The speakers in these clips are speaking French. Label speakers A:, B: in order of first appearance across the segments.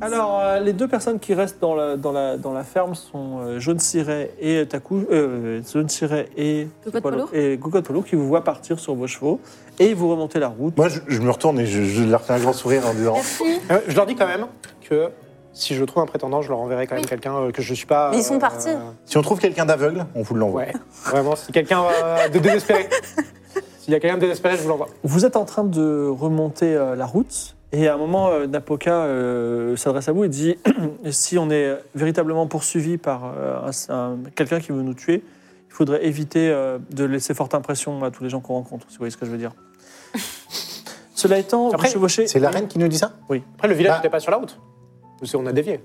A: Alors, euh, les deux personnes qui restent dans la, dans la, dans la ferme sont euh, Jaune Siret et Taku, euh, Jaune Siret et
B: Cocotte Polo.
A: et Cocotte Polo qui vous voient partir sur vos chevaux et vous remontez la route.
C: Moi, je, je me retourne et je, je leur fais un grand sourire en disant
B: Merci.
D: Euh, Je leur dis quand même que si je trouve un prétendant, je leur enverrai quand même quelqu'un euh, que je suis pas.
B: Mais ils sont
D: euh,
B: partis.
C: Si on trouve quelqu'un d'aveugle, on vous l'envoie.
D: Ouais, vraiment, si quelqu'un euh, de désespéré. S'il y a quelqu'un de désespéré, je vous l'envoie.
A: Vous êtes en train de remonter euh, la route et à un moment, euh, Napoca euh, s'adresse à vous et dit si on est véritablement poursuivi par euh, un- un- quelqu'un qui veut nous tuer, il faudrait éviter euh, de laisser forte impression à tous les gens qu'on rencontre, si vous voyez ce que je veux dire. Cela étant,
D: Après,
A: vous chevauchez.
C: C'est la reine qui nous dit ça
D: Après, le
C: Bah.
D: village n'était pas sur la route. Ou c'est- on a dévié.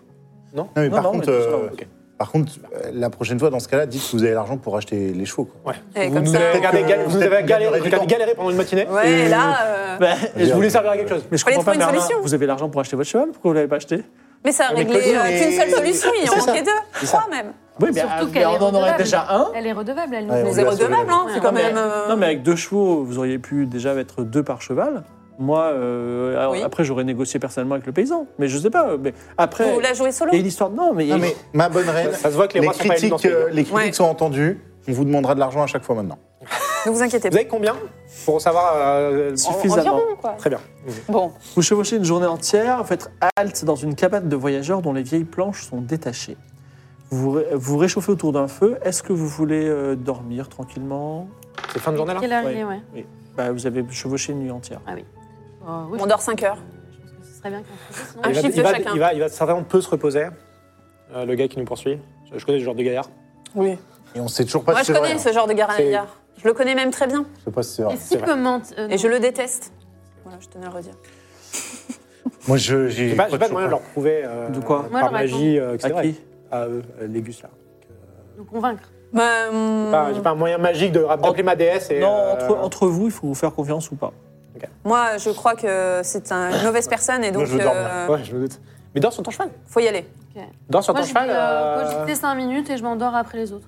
C: Non, mais
A: Non,
C: par,
A: non, on
C: contre,
A: était sur la
C: euh,
A: route.
C: par contre, euh, la prochaine fois, dans ce cas-là, dites que vous avez l'argent pour acheter les chevaux. quoi.
D: Ouais.
B: Eh,
D: vous,
B: comme
D: nous
B: ça,
D: avez regardé
C: euh,
D: gal- vous avez
C: peut-être
D: galéré,
C: gagnerait
D: vous
C: du
D: avez
C: temps.
D: galéré pendant une matinée.
B: Ouais, là. euh,
A: Ben,
D: Et je voulais servir à quelque chose.
A: Mais je
B: Fallait
A: comprends pas,
B: trouver une
A: Merlin.
B: solution.
A: Vous avez l'argent pour acheter votre cheval Pourquoi vous l'avez pas acheté
B: Mais ça a
D: Avec
B: réglé
D: Claudine,
B: euh,
D: mais-
B: qu'une seule solution, il en
D: C'est ça.
B: manquait deux,
D: C'est ça.
B: trois même.
A: Oui, mais, ah,
E: Surtout
A: mais
E: qu'elle est
A: on en aurait
E: redevable.
A: déjà un.
E: Elle est redevable, elle nous
C: Ouais, Ah, on
B: Vous
C: lui
B: êtes
C: a sauvé la
B: redevable,
C: vie.
B: hein C'est quand
A: mais-
B: même. euh,
A: Non, mais avec deux chevaux, vous auriez pu déjà être deux par cheval. Moi, euh, alors,
B: Oui.
A: après, j'aurais négocié personnellement avec le paysan. Mais je sais pas. Mais après.
B: Vous la jouez solo
A: Et l'histoire. Non, mais.
C: Non, mais ma bonne reine,
D: Ça se voit que les
C: les
D: rois sont pas élus dans
C: critiques,
D: ce pays. hein.
C: euh, les critiques
B: Ouais.
C: sont entendues. On vous demandera de l'argent à chaque fois maintenant.
B: Ne vous inquiétez
D: Vous
B: pas.
D: avez combien pour savoir euh,
A: Suffisamment.
D: environ
B: Environ, quoi.
D: Très bien.
E: Bon,
A: Vous chevauchez une journée entière, vous faites halte dans une cabane de voyageurs dont les vieilles planches sont détachées. Vous vous vous réchauffez autour d'un feu. Est-ce que vous voulez euh, dormir tranquillement
D: C'est fin de journée là
E: quelle heure il est, ouais.
A: Bah, Vous avez chevauché une nuit entière.
E: Oh, oui,
B: On dort 5 heures.
E: je pense que ce serait bien qu'on fasse
B: Un
C: Ah,
D: il, va,
B: chiffre
D: il, va,
B: chacun.
D: il va- il va certainement peu se reposer, euh, le gars qui nous poursuit. Je, je connais ce genre de gaillard.
B: Oui.
C: Et on sait toujours pas
B: Moi,
C: si
B: je
C: c'est vrai.
B: connais ce genre de
D: C'est-
B: gaillard. Je le connais même très bien.
C: Je sais pas si c'est vrai.
E: Et s'il
D: vrai.
E: commente euh,
B: Et je
E: non.
B: le déteste. Voilà, je tenais à le redire.
C: hein. Moi, je-
D: J'ai
C: j'ai
D: pas, j'ai pas de
C: de
D: moyen de leur
C: chocolat.
D: prouver euh,
A: De quoi
E: Moi,
D: par
E: je
D: magie euh, que
A: À
D: c'est vrai.
A: qui
D: À eux, euh, les gus, là.
E: nous convaincre.
B: Bah, hum,
E: Mmh.
D: Pas- J'ai pas un moyen magique de rappeler ma déesse. Et,
A: Non,
D: euh,
A: entre, entre vous, il faut vous faire confiance ou pas.
B: Moi, je crois que c'est un- une mauvaise personne et
C: Moi,
B: donc
C: je veux dormir.
B: euh,
D: Ouais, je me doute. Mais dors sur ton cheval.
B: faut y aller.
D: Dors sur
E: Moi,
D: ton
E: je
D: cheval.
E: vais
D: euh,
E: euh, cogiter 5 minutes et je m'endors après les autres.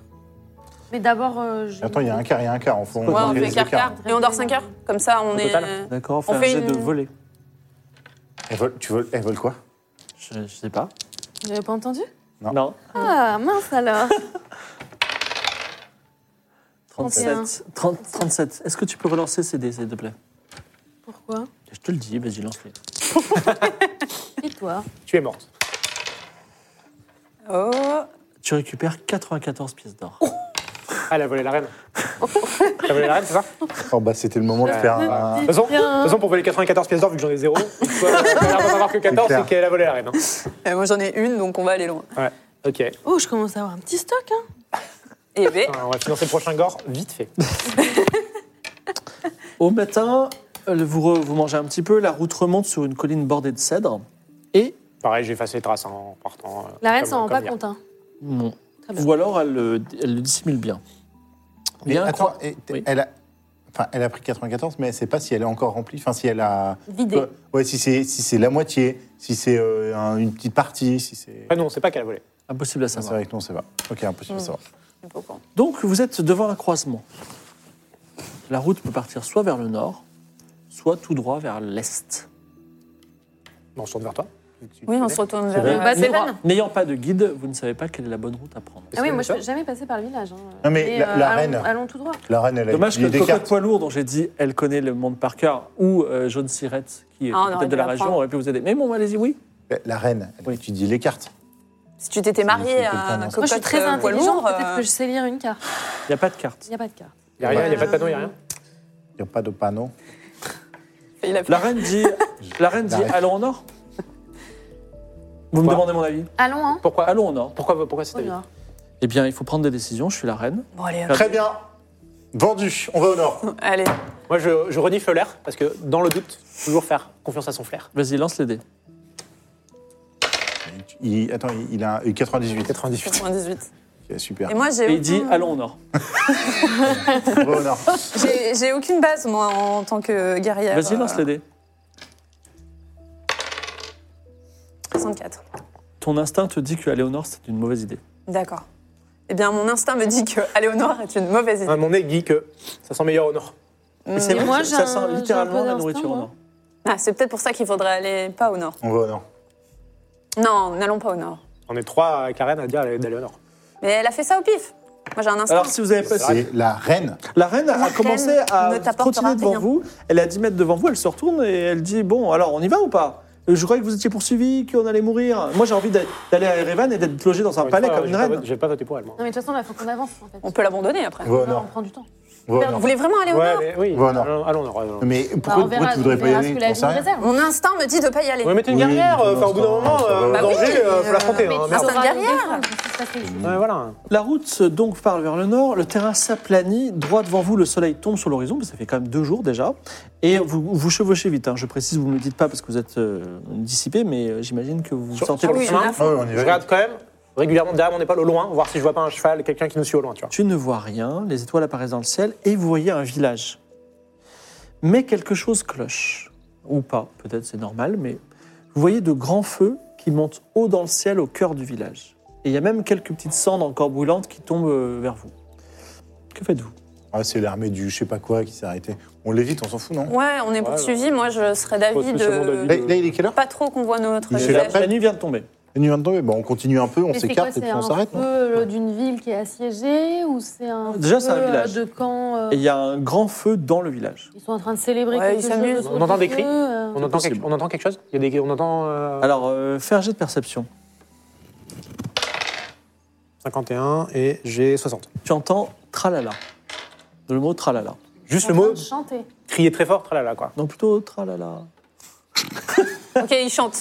E: Mais d'abord, euh, je-
C: Attends, il y a un quart, il y a un quart. On fait,
A: Ouais, on
B: Ouais, on
A: fait
B: fait
C: organise
B: quart
C: des quarts.
B: quart et on dort 5 heures. Comme ça, on
D: Au
B: est.
D: total.
B: euh,
A: D'accord, on fait
B: On
A: un
B: fait
A: jet
B: une-
A: de voler.
C: Elles veulent, tu veux, elles veulent quoi
A: Je, je sais pas.
E: Vous n'avez pas entendu
C: Non.
A: Non.
E: Ah, mince alors 31.
A: 37. 30 37. Est-ce que tu peux relancer ces dés, s'il te plaît
E: Pourquoi
A: Je te le dis, vas-y, lance-les.
E: Et toi
D: Tu es morte.
B: Oh.
A: Tu récupères 94 pièces d'or.
D: Ah, elle a volé la reine. Elle a volé la reine, c'est ça De
C: Oh, bah, c'était le moment de faire un.
D: toute façon, de
E: Bien.
D: toute façon, pour voler 94 pièces d'or, vu que j'en ai zéro, soit on va avoir que 14,
C: C'est clair.
D: c'est qu'elle a volé la reine. hein.
B: Euh, moi, j'en ai une, donc on va aller loin.
D: Ouais, ok.
E: Oh, je commence à avoir un petit stock, hein
B: Et B.
D: On va financer le prochain gore vite fait.
A: Au matin, euh, le- vous, re- vous mangez un petit peu, la route remonte sur une colline bordée de cèdres. Et.
D: Pareil, j'ai effacé les traces hein, en partant. euh,
E: La reine
C: Ah,
D: comme-
E: s'en rend
D: comme
E: pas
D: hier.
E: compte, hein.
A: non.
E: Très bien.
A: Ou alors, elle, le- elle le dissimule bien.
C: Mais
A: Bien,
C: attends,
A: quoi.
C: et t-
A: Oui.
C: elle a. Enfin, elle a pris 94, mais elle sait pas si elle est encore remplie. Enfin, si elle a.
E: Vidé.
C: Ouais, Ouais, si c'est si c'est la moitié, si c'est euh, un- une petite partie, si c'est.
D: Après, nous, on sait Ah pas qu'elle a volé.
A: Impossible à
C: Ça, c'est
A: savoir.
C: vrai que non, ça va. Ok, impossible,
E: Mm.
C: ça va.
A: Donc, vous êtes devant un croisement. La route peut partir soit vers le nord, soit tout droit vers l'est.
D: Non, on se tourne vers toi. vu que tu
B: Oui, on
D: connais.
B: se retourne
D: C'est
B: vers euh,
D: vrai.
B: le
E: Bah, c'est
B: droit.
E: Reine.
A: N'ayant pas de guide, vous ne savez pas quelle est la bonne route à prendre.
E: Ah oui, moi, je
D: ça
E: suis jamais passé par le village. Hein.
C: Non, mais la- la
E: allons,
C: reine-
E: Allons tout droit.
C: La reine, elle a
A: Dommage que
C: eu des
A: Cocotte
C: cartes.
A: Poids Lourd, dont j'ai dit elle connaît le monde par cœur, ou euh, Jaune Sirette, qui est
B: Ah, on aurait
A: peut-être de
B: dû
A: la
B: la
A: région,
B: prendre.
A: aurait pu vous aider. Mais bon, bah, allez-y, oui.
C: La reine, elle
A: Oui.
C: étudie les cartes.
B: Si tu t'étais
C: C'est- c'est
B: marié
C: quelqu'un
B: à
C: d'insensé.
B: Cocotte
E: Moi, je suis très
B: euh, poids
E: intelligente,
B: lourd, euh,
E: peut-être que je sais lire une carte.
A: Il n'y a pas de carte.
E: Il n'y a pas de carte.
D: Il n'y a rien, il n'y a pas de panneau, il n'y a rien.
C: Il n'y a pas de panneau.
B: Il a fait-
A: La reine dit, la reine dit
C: L'arrête.
A: allons au nord Vous me
D: Quoi
A: demandez mon avis
E: Allons, hein
D: Pourquoi
A: Allons au nord.
D: Pourquoi, pourquoi cet
E: Au
D: avis
E: nord.
A: Eh bien, il faut prendre des décisions, je suis la reine.
B: Bon, allez, hop.
C: Très bien. Vendu. On va au nord.
B: allez.
D: Moi, je, je renifle l'air, parce que dans le doute, toujours faire confiance à son flair.
A: Vas-y, lance les dés.
C: Il, attends, il- il a eu 98.
D: 98.
B: 98.
C: Ok, super.
B: Et moi, j'ai
A: Et il
B: aucun-
A: dit allons au nord.
C: On va au nord.
B: j'ai- j'ai aucune base, moi, en tant que guerrière.
A: Vas-y, lance les dés.
B: euh, 64.
A: Ton instinct te dit qu'aller au nord, c'est une mauvaise idée.
B: D'accord. Eh bien, mon instinct me dit que aller au nord est une mauvaise idée. Mm.
D: Ouais, mon nez dit que ça sent meilleur au nord.
A: Et c'est
E: Et
A: vrai
E: moi,
A: que
E: j'ai
A: ça
E: un-
A: sent
E: j'ai un
A: littéralement
E: peu
A: la
E: d'instinct,
A: nourriture au
E: moi.
A: nord.
B: Ah, c'est peut-être pour ça qu'il faudrait aller pas au nord.
C: On va au nord.
B: Non, n'allons pas au nord.
D: On est trois avec la reine à dire d'aller au nord.
B: Mais elle a fait ça au pif. Moi, j'ai un instinct.
A: Alors, si vous avez passé.
C: C'est la reine.
A: La reine a commencé à
B: ne t'apportera
A: trottiner devant
B: rien.
A: vous. Elle est à 10 mètres devant vous, elle se retourne et elle dit Bon, alors on y va ou pas Euh, Je croyais que vous étiez poursuivi, qu'on allait mourir. Moi, j'ai envie d'a- d'aller à Erevan et d'être logé dans un
D: Une
A: palais
D: fois,
A: comme une
D: j'ai pas
A: reine.
D: voté- J'ai pas voté pour elle, moi.
E: Non, mais de toute façon, là, faut qu'on avance, en fait.
B: On peut l'abandonner après.
C: On va au
E: Non, on
C: nord.
E: prend du temps.
C: On va au
B: Vous
C: nord.
B: voulez vraiment aller au
D: Ouais,
B: nord
D: mais oui.
C: Va au nord.
D: Allons- Allons au nord. allons au nord.
C: Mais
E: Bah,
C: pourquoi,
E: on
C: pourquoi
E: verra,
C: tu voudrais
E: on
C: pas y
E: verra
C: aller
E: ce que la
C: J'en
E: vie
C: sais
E: nous
C: rien.
E: réserve.
B: Mon instinct me dit de pas y aller.
D: On va mettre une
C: Oui,
D: guerrière,
C: pour
D: euh, enfin, au bout d'un
C: l'instant,
D: moment,
C: ça
D: euh,
C: va.
B: Bah oui,
D: danger, euh,
B: euh,
D: faut l'affronter.
B: mais
D: hein,
B: tu
D: merde.
B: sauras-
E: Sauvera
B: Sauvegarde
E: nos
B: guerrière.
E: défenses, il faut se passer.
D: Ouais, Ah, voilà.
A: La route se donc part vers le nord, le terrain s'aplanit, droit devant vous, le soleil tombe sur l'horizon, parce que ça fait quand même deux jours déjà, et vous, vous chevauchez vite. hein. Je précise, vous ne me le dites pas parce que vous êtes euh, dissipé, mais euh, j'imagine que vous
D: Sur-
A: sentez
D: sur
A: le
D: le
A: chemin.
D: chemin,
C: Ah ouais, on y
D: Je
C: va.
D: regarde quand même régulièrement derrière mon épaule au loin, voir si je vois pas un cheval, quelqu'un qui nous suit au loin, tu vois.
A: Tu ne vois rien, les étoiles apparaissent dans le ciel, et vous voyez un village. Mais quelque chose cloche, ou pas, peut-être c'est normal, mais vous voyez de grands feux qui montent haut dans le ciel au cœur du village. Et il y a même quelques petites cendres encore brûlantes qui tombent euh, vers vous. Que faites-vous
C: Ah, c'est l'armée du je sais pas quoi qui s'est arrêtée. On l'évite, on s'en fout, non
B: Ouais, on est poursuivi. Moi, je serais d'avis
D: Pas spécialement d'avis.
C: là,
B: de.
C: là, il est quelle heure
B: Pas trop qu'on voit notre
C: Mais c'est
B: visage.
C: la-
A: La nuit vient de tomber.
C: La nuit vient de tomber. Bon, bah, on continue un peu, on
E: Mais c'est quoi,
C: s'écarte et
E: c'est
C: puis
E: un
C: on s'arrête. non
E: feu euh, d'une ville qui est assiégée ou c'est un
A: Déjà,
E: feu
A: c'est un
E: euh,
A: village.
E: de camp euh,
A: Et il y a un grand feu dans le village.
E: Ils sont en train de célébrer
B: Ouais,
E: quelque
B: ils s'amusent.
E: chose autour
D: On entend
E: du
D: des
E: feu,
D: cris.
E: euh.
D: On entend,
A: possible.
D: quelque, on entend quelque chose Il y a des, On entend. euh,
A: Alors, euh, fais un jet de perception.
D: 51 et j'ai 60.
A: Tu entends tralala. Le mot tralala.
D: Juste
E: Ils
D: le
E: sont en
D: mot,
E: train de chanter.
D: crier très fort, tralala, quoi.
A: Donc plutôt tralala.
B: Ok, il chante.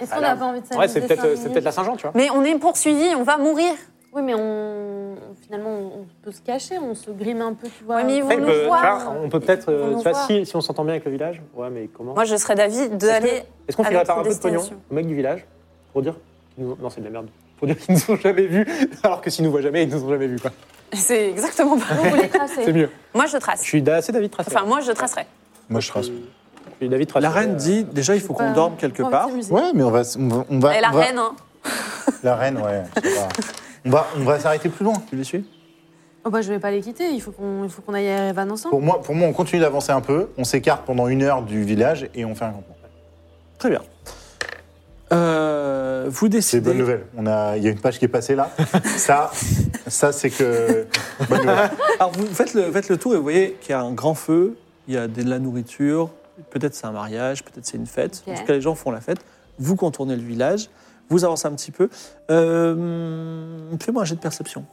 E: Est-ce qu'on
D: Voilà.
E: n'a pas envie de s'amuser
D: Ouais, c'est peut-être euh,
E: cinq
D: c'est
E: minutes
D: peut-être la Saint-Jean, tu vois.
B: Mais on est poursuivi, on va mourir.
E: Oui, mais on... finalement, on peut se cacher, on se grime un peu, tu vois.
B: Ouais, mais ils vont
D: Après,
B: nous
D: peut- tu
B: voir.
D: vois, euh, on peut peut-être.
B: Ils
D: euh,
B: vont nous
D: tu vois,
B: voir.
D: si, si on s'entend bien avec le village, ouais, mais comment
B: Moi, je serais d'avis d'aller.
D: Est-ce qu'on
B: à
D: finirait
B: notre
D: par un peu de pognon
B: destination.
D: au mec du village pour dire. qu'ils nous ont- Non, c'est de la merde. Pour dire qu'ils nous ont jamais vus, alors que s'ils nous voient jamais, ils nous ont jamais vus, quoi.
B: C'est exactement
E: Vous
B: pareil.
E: les tracez.
D: C'est mieux.
B: Moi, je
D: Je
B: trace.
D: suis assez David Tracé.
B: Enfin, moi, je tracerai.
C: Moi, je trace.
D: Je suis David Tracé.
A: La reine
D: euh,
A: dit déjà, il faut qu'on
E: Pas-
A: dorme quelque
E: pas envie
A: part.
E: de s'amuser.
C: Ouais, mais on va. s- On va, on va-
B: Et la
C: on va-
B: reine, hein.
C: La reine, ouais. ça va. On va, on va s'arrêter plus loin.
A: Tu les suis
E: Oh, bah, je vais pas les quitter, il faut qu'on il faut qu'on aille à Erevan ensemble.
C: Pour moi, pour moi, on continue d'avancer un peu, on s'écarte pendant une heure du village et on fait un campement.
A: Très bien. Euh, vous
C: C'est une bonne
A: décidez.
C: nouvelle. On a, il y a une page qui est passée là. ça, ça c'est que. Bonne nouvelle.
A: Alors vous faites le, faites le tour et vous voyez qu'il y a un grand feu, il y a de la nourriture, peut-être c'est un mariage, peut-être c'est une fête.
E: Ok.
A: En tout cas, les gens font la fête. Vous contournez le village, vous avancez un petit peu. Euh, Fais-moi un jet de perception.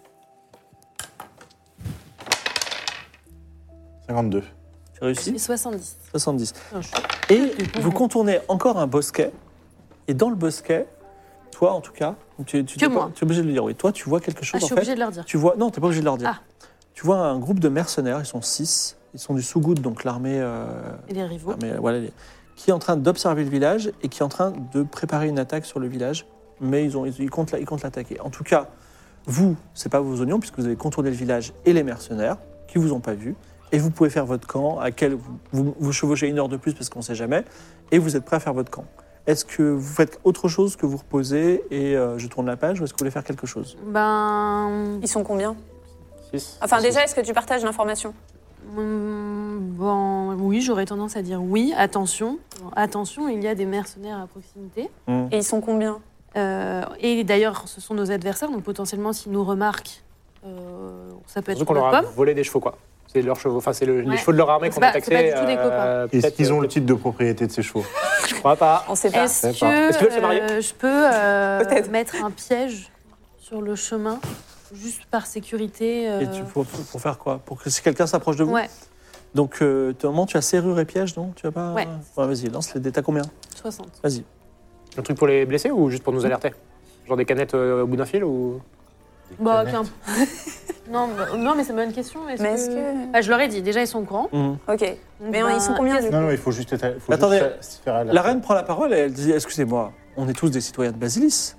C: 52.
A: Tu réussis
E: J'ai 70.
A: 70.
E: Non, Ah, je suis-
A: Et vous contournez encore un bosquet. Et dans le bosquet, toi en tout cas, tu, tu,
E: Que
A: t'es pas-
E: moi.
A: tu es obligé de le dire, oui. Toi, tu vois quelque
E: Ah,
A: chose
E: je suis
A: en fait.
E: obligée de leur dire.
A: Tu vois, non, t'es pas obligé de leur dire.
E: Ah.
A: Tu vois un groupe de mercenaires, ils sont six. Ils sont du Sougoud, donc l'armée. euh,
E: Et les rivaux.
A: l'armée, voilà, les- qui est en train d'observer le village et qui est en train de préparer une attaque sur le village. Mais ils, ont, ils, ils comptent la- ils comptent l'attaquer. En tout cas, vous, c'est pas vos oignons, puisque vous avez contourné le village et les mercenaires, qui vous ont pas vu. Et vous pouvez faire votre camp, à quel vous, vous, vous chevauchez une heure de plus parce qu'on sait jamais. Et vous êtes prêt à faire votre camp. Est-ce que vous faites autre chose que vous reposez et euh, je tourne la page ou est-ce que vous voulez faire quelque chose
E: Ben.
B: Ils sont combien
D: six.
B: Enfin, déjà, est-ce que tu partages l'information
E: hum, Bon, oui, j'aurais tendance à dire oui. Attention, attention, il y a des mercenaires à proximité.
B: Et ils sont combien
E: Euh, et d'ailleurs, ce sont nos adversaires, donc potentiellement, s'ils nous remarquent, euh, ça peut être
D: Surtout qu'on
E: notre
D: leur a
E: pomme.
D: volé des chevaux, quoi. C'est leurs chevaux, enfin, c'est le- les
E: Ouais.
D: chevaux de leur armée
E: C'est
D: qu'on
E: pas-
D: a taxés.
E: c'est pas du tout des
C: Est-ce
D: peut-être,
C: qu'ils ont
D: euh,
C: le titre de propriété de ces chevaux
D: Je crois pas.
B: On sait pas.
E: Est-ce
C: Je sais pas.
E: que,
D: Est-ce qu'ils veulent se marier
E: euh, je peux euh,
B: Peut-être.
E: mettre un piège sur le chemin, juste par sécurité euh,
A: Et tu, pour, pour faire quoi Pour que si quelqu'un s'approche de vous
E: Ouais,
A: Donc, euh, tu- moment, tu as serrure et piège, non Tu as pas
E: Ouais.
A: vas-y, lance les dés. T'as combien
E: 60.
A: Vas-y.
D: Un truc pour les blessés ou juste pour nous alerter Genre des canettes euh, au bout d'un fil ou
E: Bah, qu'un- non, bah, non, mais c'est une bonne question. Est-ce
B: Mais est-ce
E: que-
B: que.
E: Ah, je leur ai dit, déjà, ils sont au courant.
A: Mhm.
B: Ok. Mais on-
E: Bah,
B: ils sont combien du coup
C: Non, non, il faut juste. éta- Faut
A: Attendez,
C: juste se faire alerter.
A: La reine prend la parole et elle dit Excusez-moi, on est tous des citoyens de Basilis.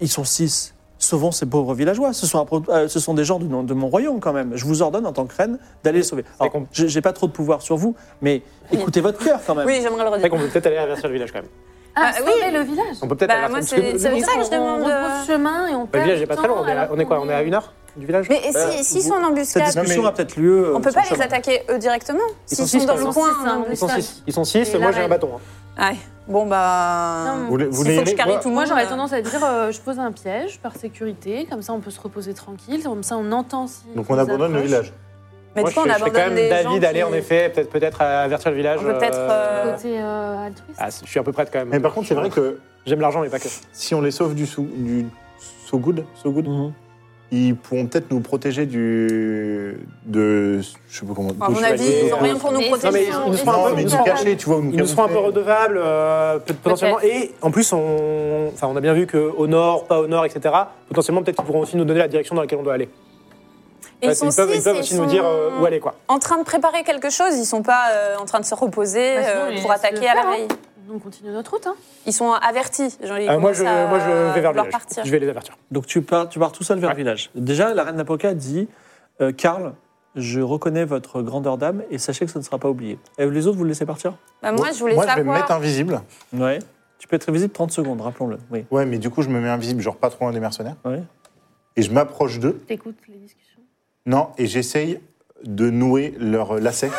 A: Ils sont six. Sauvons ces pauvres villageois. Ce sont, un pro- euh, ce sont des gens de, mon- de mon royaume quand même. Je vous ordonne en tant que reine d'aller les sauver. Alors,
D: compl-
A: j'ai j'ai pas trop de pouvoir sur vous, mais écoutez votre cœur quand même.
B: Oui, j'aimerais le
D: Après
B: redire.
D: qu'on peut peut-être aller vers le village quand même.
E: Ah,
B: Ah,
E: oui,
B: oui.
E: le village.
D: On peut peut-être
B: Bah,
D: aller à
B: moi,
D: parce
B: c'est-
D: que-
B: c'est
E: veut
B: pour ça
E: dire
B: que je
E: qu'on
B: demande,
E: retrouve
B: euh,
E: ce chemin et on
D: Le
E: perd.
D: village
E: du
D: est pas très loin,
E: temps,
D: on est à,
E: alors
D: on est quoi
E: qu'on
D: On est à une heure du village Euh,
B: Mais et si, s'ils
A: vous-
B: sont en
A: Cette
B: embuscade,
A: discussion
C: Non, mais-
A: a peut-être lieu. euh,
B: on peut pas
A: sans
B: les
A: charge.
B: attaquer eux directement
D: sont
B: S'ils
D: six,
B: sont dans
D: quand
B: le
D: même.
B: coin.
E: Six, hein,
B: hein,
D: Ils
B: donc-
D: sont
E: ça.
D: 6, ils sont six,
E: Et
D: moi
E: la
D: j'ai un
E: reine.
D: bâton. hein.
B: Ouais. Bon, bah.
E: Non,
C: Vous voulez-
B: s'il
C: vous voulez y
B: faut que
C: aller
B: je carrie
C: Moi-
B: tout le
E: Moi,
B: monde,
E: j'aurais
B: euh,
E: tendance à dire euh, je pose un piège par sécurité, comme ça on peut se reposer tranquille, comme ça on entend si.
C: Donc on abandonne le village.
B: Mais
D: Moi,
B: du coup, on
D: je, je fais quand
B: abandonne
D: même
B: des gens.
D: d'avis d'aller
B: qui-
D: en effet, peut-être peut-être à avertir le village.
B: On peut peut-être,
D: euh,
B: euh,
E: Côté euh, altruiste.
D: ah, c'est- je suis un peu prête quand même.
C: Mais par contre, c'est vrai que
D: J'aime l'argent, mais pas que.
C: si on les sauve du sou- du so good, so good,
A: Mhm.
C: ils pourront peut-être nous protéger du de je sais pas comment.
B: À
C: de
B: mon avis,
C: chevalier.
B: ils ont rien pour nous
E: Mais
D: Non, mais
B: protéger. hein.
D: ils
E: sont-
D: nous
E: ils
D: font un
C: Non,
D: peu-
C: mais
D: ils
C: ils
D: nous
E: sont
C: sont
D: font un
C: cachés, tu vois, ou
D: Ils nous seront un peu
C: camouflés.
D: redevables, euh, peut- potentiellement. Et en plus, on, enfin, on a bien vu qu'au nord, pas au nord, etc., potentiellement, peut-être qu'ils pourront aussi nous donner la direction dans laquelle on doit aller.
B: Et Ils
D: Parce
B: sont
D: qu'ils peuvent, ils
B: six,
D: peuvent
B: et
D: aussi
B: ils
D: nous
B: sont
D: dire euh, où aller, quoi.
B: En train de préparer quelque chose, ils sont pas euh, en train de se reposer
E: Bah, sinon,
B: euh,
E: ils
B: pour
E: laissent le
B: attaquer à la
E: faire, hein.
B: veille.
E: On continue notre route. Hein.
B: Ils sont avertis. Genre, ils
D: Euh, moi,
B: commencent
D: je,
B: à
D: moi, je vais vers le
B: vouloir
D: village.
B: partir.
D: Je vais les avertir.
A: Donc tu pars, tu pars tout seul vers
D: Ouais.
A: le village. Déjà, la reine d'Apoca dit euh, Karl, je reconnais votre grandeur d'âme et sachez que ça ne sera pas oublié. Et les autres, vous le laissez partir
B: Bah, moi, je voulais
C: Moi, je vais me
B: savoir.
C: mettre invisible.
A: Ouais. Tu peux être invisible 30 secondes, rappelons-le. Oui.
C: Ouais, mais du coup, je me mets invisible, genre pas trop loin des mercenaires.
A: Ouais.
C: Et je m'approche d'eux.
E: T'écoutes les discussions.
C: Non, et j'essaye de nouer leur lacet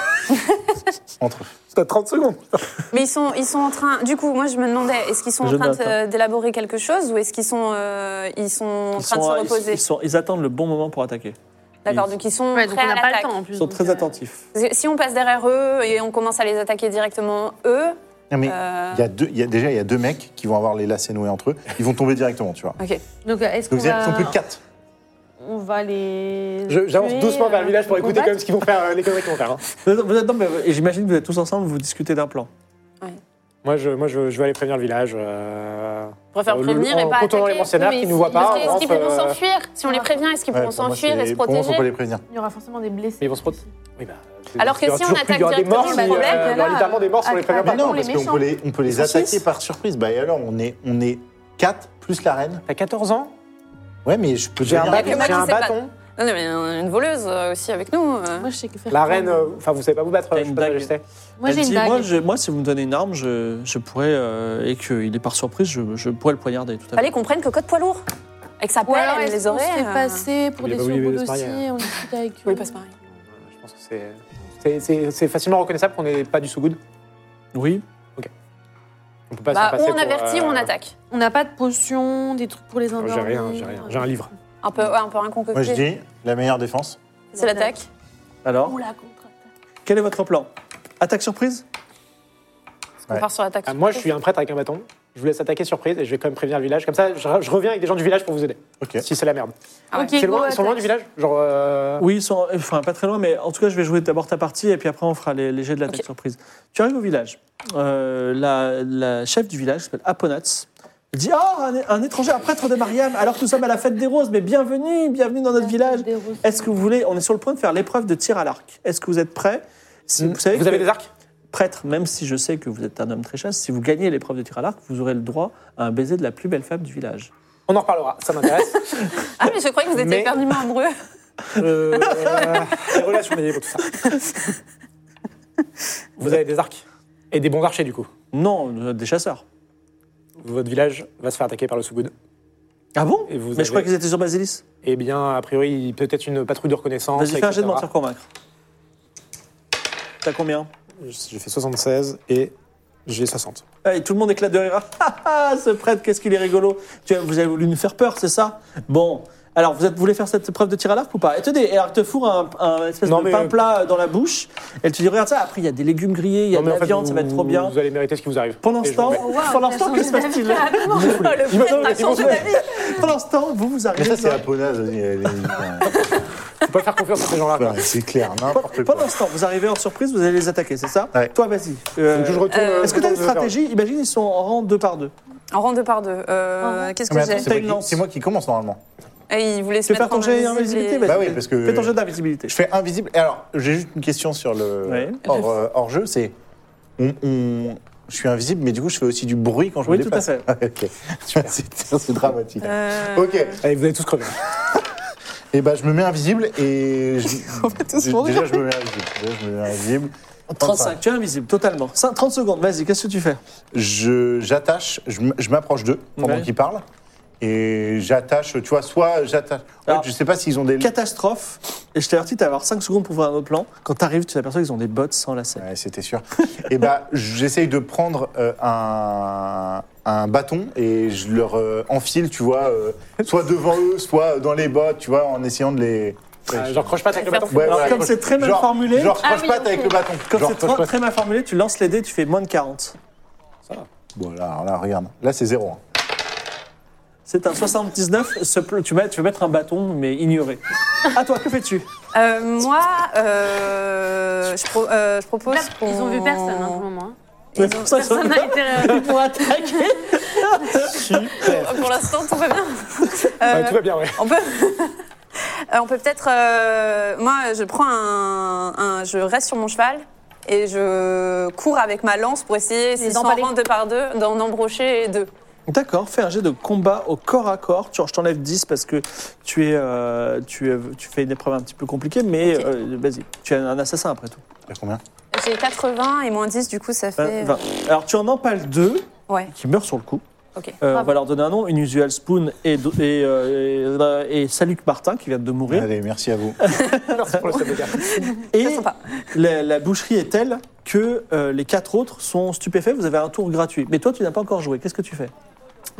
C: entre eux.
D: T'as 30 secondes.
B: Mais ils sont, ils sont en train. Du coup, moi, je me demandais, est-ce qu'ils sont
A: Je
B: en train
A: note, hein.
B: de- d'élaborer quelque chose ou est-ce qu'ils sont, euh, ils sont en
A: Ils
B: train
A: sont-
B: de se
A: ils-
B: reposer
A: Ils, sont- ils attendent le bon moment pour attaquer.
B: D'accord,
A: ils-
B: donc ils sont
E: Ouais, donc
B: prêts
E: on
B: à
E: n'a pas le
B: l'attaque.
E: temps en plus.
A: Ils sont
E: donc,
A: très
E: euh,
A: attentifs.
B: Si on passe derrière eux et on commence à les attaquer directement, eux.
C: Non, mais
B: euh,
C: il y a deux, il y a, déjà, il y a deux mecs qui vont avoir les lacets noués entre eux. Ils vont tomber directement, tu vois.
B: Ok.
E: Donc euh, est-ce qu'on
C: Donc, c'est-à-dire
E: va,
C: qu'ils sont plus de quatre.
E: on va les.
D: J'avance
E: tuer,
D: doucement vers le
E: euh,
D: village pour
E: les
D: écouter quand même
E: combattre
D: ce qu'ils vont faire, euh, les conneries qu'ils vont faire. hein.
A: Vous êtes- vous êtes- non, mais- et j'imagine que vous êtes tous ensemble, vous discutez d'un plan.
D: Moi, je, moi je, je vais aller prévenir le village. euh,
B: Je préfère
D: euh,
B: prévenir
D: en
B: et pas
D: contournant les
B: attaquer.
D: mercenaires
E: Oui,
D: qui
E: mais
D: nous voient pas.
B: Parce
D: on
B: que est-ce qu'ils
D: rentre,
B: pourront
D: euh,
B: s'enfuir Si on les prévient, est-ce qu'ils
C: Ouais,
B: pourront
C: pour moi,
B: s'enfuir et
C: c'est-
B: se
C: pour moi, faut
B: protéger
C: pas les prévenir.
E: Il y aura forcément des blessés.
D: Mais ils vont se protéger. Oui, bah, c'est-
B: Alors que
D: il y aura
B: si on
D: toujours plus-
B: attaque bah,
D: il y aura des morts,
B: directement,
D: si,
B: le problème,
D: euh, il y aura
E: là,
D: littéralement des morts si on Ah, les prévient
C: Ah, Mais
D: pas.
E: Attaquons
C: non,
E: les
C: parce qu'on
E: méchants.
C: peut les, on peut les
A: sont
C: attaquer
A: six.
C: par surprise. Bah, et alors, on est, on est quatre plus la reine.
D: T'as 14 ans
C: Ouais, mais je peux
D: J'ai un
C: devenir-
B: bac-
D: bâton.
B: mec
D: J'ai
B: qui
D: un
B: sait pas-
D: bâton.
B: Non, non, mais on a une voleuse euh, aussi avec nous. euh.
E: Moi, je sais que faire.
D: La reine, euh, enfin, vous savez pas vous battre,
A: T'as
D: je
A: une
D: sais pas,
A: dague.
D: je sais.
E: Moi,
A: Elle
E: j'ai
A: dit,
E: une
A: Moi,
E: dague.
A: je- moi, si vous me donnez une arme, je, je pourrais, euh, et qu'il est par surprise, je, je pourrais le poignarder tout à fait.
B: Fallait qu'on prenne que code poids lourd. Avec sa
E: Ou
B: pelle,
E: alors,
B: elle
E: est-ce
B: les
E: qu'on se
B: aurait.
E: fait
B: euh,
E: passer pour
D: Il a
E: des
D: pas voulu
E: surcoûts
D: se marier, hein.
E: dossiers hein. On discute avec eux.
B: Oui, pas se marier.
D: Je pense que c'est- c'est- c'est c'est facilement reconnaissable qu'on n'est pas du sous-good.
A: Oui.
D: On peut pas se
B: Bah,
D: faire
B: ou
D: passer
B: on
D: pour,
B: avertit
D: euh,
B: ou on attaque.
E: On n'a pas de potions, des trucs pour les
D: Non,
E: endormir.
D: Oh, J'ai rien, j'ai rien. J'ai un livre.
B: Un peu, ouais, un peu
C: Moi, je
B: inconcocté.
C: dis la meilleure défense.
B: C'est l'attaque.
A: Alors,
E: Ou la contre-attaque.
A: quel est votre plan Attaque surprise
B: On
C: Ouais.
B: part sur l'attaque.
D: Ah, moi, je suis un prêtre avec un bâton. Je vous laisse attaquer surprise et je vais quand même prévenir le village. Comme ça, je, je reviens avec des gens du village pour vous aider.
C: Ok.
D: Si c'est la merde.
B: Ah ouais.
E: Ok,
D: C'est
E: go,
D: loin, ils sont loin du
E: attaque.
D: village Genre. euh,
A: Oui, ils sont, enfin, pas très loin, mais en tout cas, je vais jouer d'abord ta partie et puis après, on fera les, les jets de l'attaque
B: Ok.
A: surprise. Tu arrives au village. Euh, la, la chef du village s'appelle Aponats. Elle dit Ah, un, un étranger, un prêtre de Mariam, alors que nous sommes à la fête des roses, mais bienvenue, bienvenue dans notre village.
E: Des ressources.
A: Est-ce que vous voulez, on est sur le point de faire l'épreuve de tir à l'arc. Est-ce que vous êtes prêts Si- Vous savez que
D: Mm, avez des arcs
A: prêtre, même si je sais que vous êtes un homme très chaste, si vous gagnez l'épreuve de tir à l'arc, vous aurez le droit à un baiser de la plus belle femme du village.
D: On en reparlera, ça m'intéresse.
B: Ah, mais je croyais que vous
D: Mais-
B: étiez éperdument amoureux.
D: Euh, les relations, mais pour tout ça. Vous avez des arcs et des bons archers, du coup.
A: Non, euh, des chasseurs.
D: Votre village va se faire attaquer par le sous-good.
A: Ah bon
D: Et vous
A: Mais
D: avez-
A: je crois qu'ils étaient sur Basilis.
D: Eh bien, a priori, peut-être une patrouille de reconnaissance.
A: Vas-y, fais un
D: etc.
A: jet de mentir convaincre. T'as combien
D: J'ai fait 76 et j'ai 60.
A: Ah, et tout le monde éclate de rire. Ah, ah, ah, ce prêtre, qu'est-ce qu'il est rigolo. Tu as- vous avez voulu nous faire peur, c'est ça Bon. Alors, vous, êtes, vous voulez faire cette preuve de tir à l'arc ou pas Et tenez, et alors, elle te fourre un, un espèce
D: Non,
A: de
D: mais- euh,
A: pain plat euh, dans la bouche. Elle te dit, regarde ça, après, il y a des légumes grillés, il y a de
D: Non, mais
A: la
D: en fait,
A: viande, ça va être
D: vous-
A: trop bien.
D: Vous allez mériter ce qui vous arrive.
A: Pendant
D: Et
A: ce
D: je vous
A: temps,
D: mets-
A: pendant ce temps, que se passe-t-il
B: le
D: Il m'a- non,
B: prêtre
D: mais
B: a
D: c'est bon,
B: changé
D: c'est bon.
B: d'avis.
A: Pendant ce temps, vous, vous
C: Mais
A: arrivez.
C: ça, c'est
A: dans-
C: la ponase.
D: faut pas faire confiance à ces gens-là. quoi.
C: Ouais, c'est clair, n'importe
A: Pour
C: quoi.
A: l'instant, vous arrivez en surprise, vous allez les attaquer, c'est ça
C: Ouais.
A: Toi, vas-y. Euh,
D: Donc, je retourne,
B: euh,
D: euh,
A: Est-ce que tu as une
D: je vais faire-
A: stratégie Imagine, ils sont en rang deux par deux.
B: En rang deux par deux. Euh, Qu'est-ce que
C: Ah, Mais attends,
B: j'ai
C: c'est moi
A: une
C: qui-
A: lance.
C: C'est moi qui commence normalement.
B: Eh, Il voulait se
A: Tu veux faire
B: mettre
A: ton
B: en
A: jet
B: invisibilité.
A: d'invisibilité
B: et-
A: Vas-y,
C: Bah oui,
A: fais-
C: parce que-
A: Fais ton jet d'invisibilité.
C: Je fais invisible. Et alors, j'ai juste une question sur le
A: Ouais.
C: hors, euh, hors jeu, c'est on, on- je suis invisible, mais du coup, je fais aussi du bruit quand je
A: Oui,
C: me
A: tout à
C: déplace.
A: fait.
C: à fait. c'est c'est dramatique.
B: Euh,
C: Ok.
D: Allez, vous allez tous crever.
C: Et ben, je me mets invisible et je-
B: tous
C: Dé-
B: mourir.
C: déjà, je me mets invisible. Déjà, je me mets invisible.
A: 35, tu es invisible, totalement. Cin- 30 secondes, vas-y, qu'est-ce que tu fais
C: Je j'attache, je m- je m'approche d'eux pendant
A: Ouais.
C: qu'ils parlent. Et j'attache, tu vois, soit j'attache. En
A: Alors,
C: fait, je sais pas s'ils ont des.
A: Catastrophe. Et je t'avertis, tu vas avoir 5 secondes pour voir un autre plan. Quand tu arrives, tu t'aperçois qu'ils ont des bottes sans lacets.
C: Ouais, c'était sûr. et ben, j'essaye de prendre euh, un, un bâton et je leur euh, enfile, tu vois, euh, soit devant eux, soit dans les bottes, tu vois, en essayant de les.
D: Euh, Genre, croche pas avec le bâton.
C: Ouais,
A: Alors,
C: voilà,
A: comme
C: croche-
A: c'est très mal
C: genre-
A: formulé-
C: Genre,
E: Ah
C: croche
E: oui,
C: pas
E: ok.
C: avec le bâton.
A: Comme
C: Genre,
A: c'est
C: croche
A: trop-
C: pas.
A: très mal formulé, tu lances les dés, tu fais moins de 40.
C: Bon, là, là, regarde. Là, c'est zéro. hein.
A: C'est un 79, ce pl- tu, mets- tu veux mettre un bâton, mais ignoré. À toi, que fais-tu
B: euh, moi, euh, je, pro- euh, je propose qu'on...
E: Ils ont vu personne hein, pour le moment. hein.
B: Ils ont-
A: Ça, ça-
E: Personne n'a été. euh,
A: Ils vont attaquer.
B: Pour l'instant, tout va bien.
D: Ouais,
A: Bah,
B: Euh,
D: tout va bien, ouais.
B: On peut, Euh, on peut peut-être. euh, moi, je prends un, un- Je reste sur mon cheval et je cours avec ma lance pour essayer, s'ils sont en
E: emballer.
B: rang deux par deux, d'en embrocher deux.
A: D'accord, fais un jet de combat au corps à corps. Tu- Je t'enlève 10 parce que tu, es, euh, tu, es- tu fais une épreuve un petit peu compliquée, mais
B: Ok.
A: euh, vas-y, tu es un assassin après tout.
C: T'as combien
B: J'ai 80 et moins 10, du coup, ça
A: Vingt-
B: fait.
A: Euh, vingt. Alors tu en empales deux
B: Ouais,
A: qui meurent sur le coup.
B: ok.
A: Euh, on
E: Bravo.
A: va leur donner un nom, Inusual Spoon et, do- et, euh, et, et Saluc Martin qui vient de mourir.
C: Allez, merci à vous.
D: Merci pour le stop de guerre.
A: Et
B: Très sympa.
A: la, la boucherie est telle que euh, les quatre autres sont stupéfaits, vous avez un tour gratuit. Mais toi, tu n'as pas encore joué, qu'est-ce que tu fais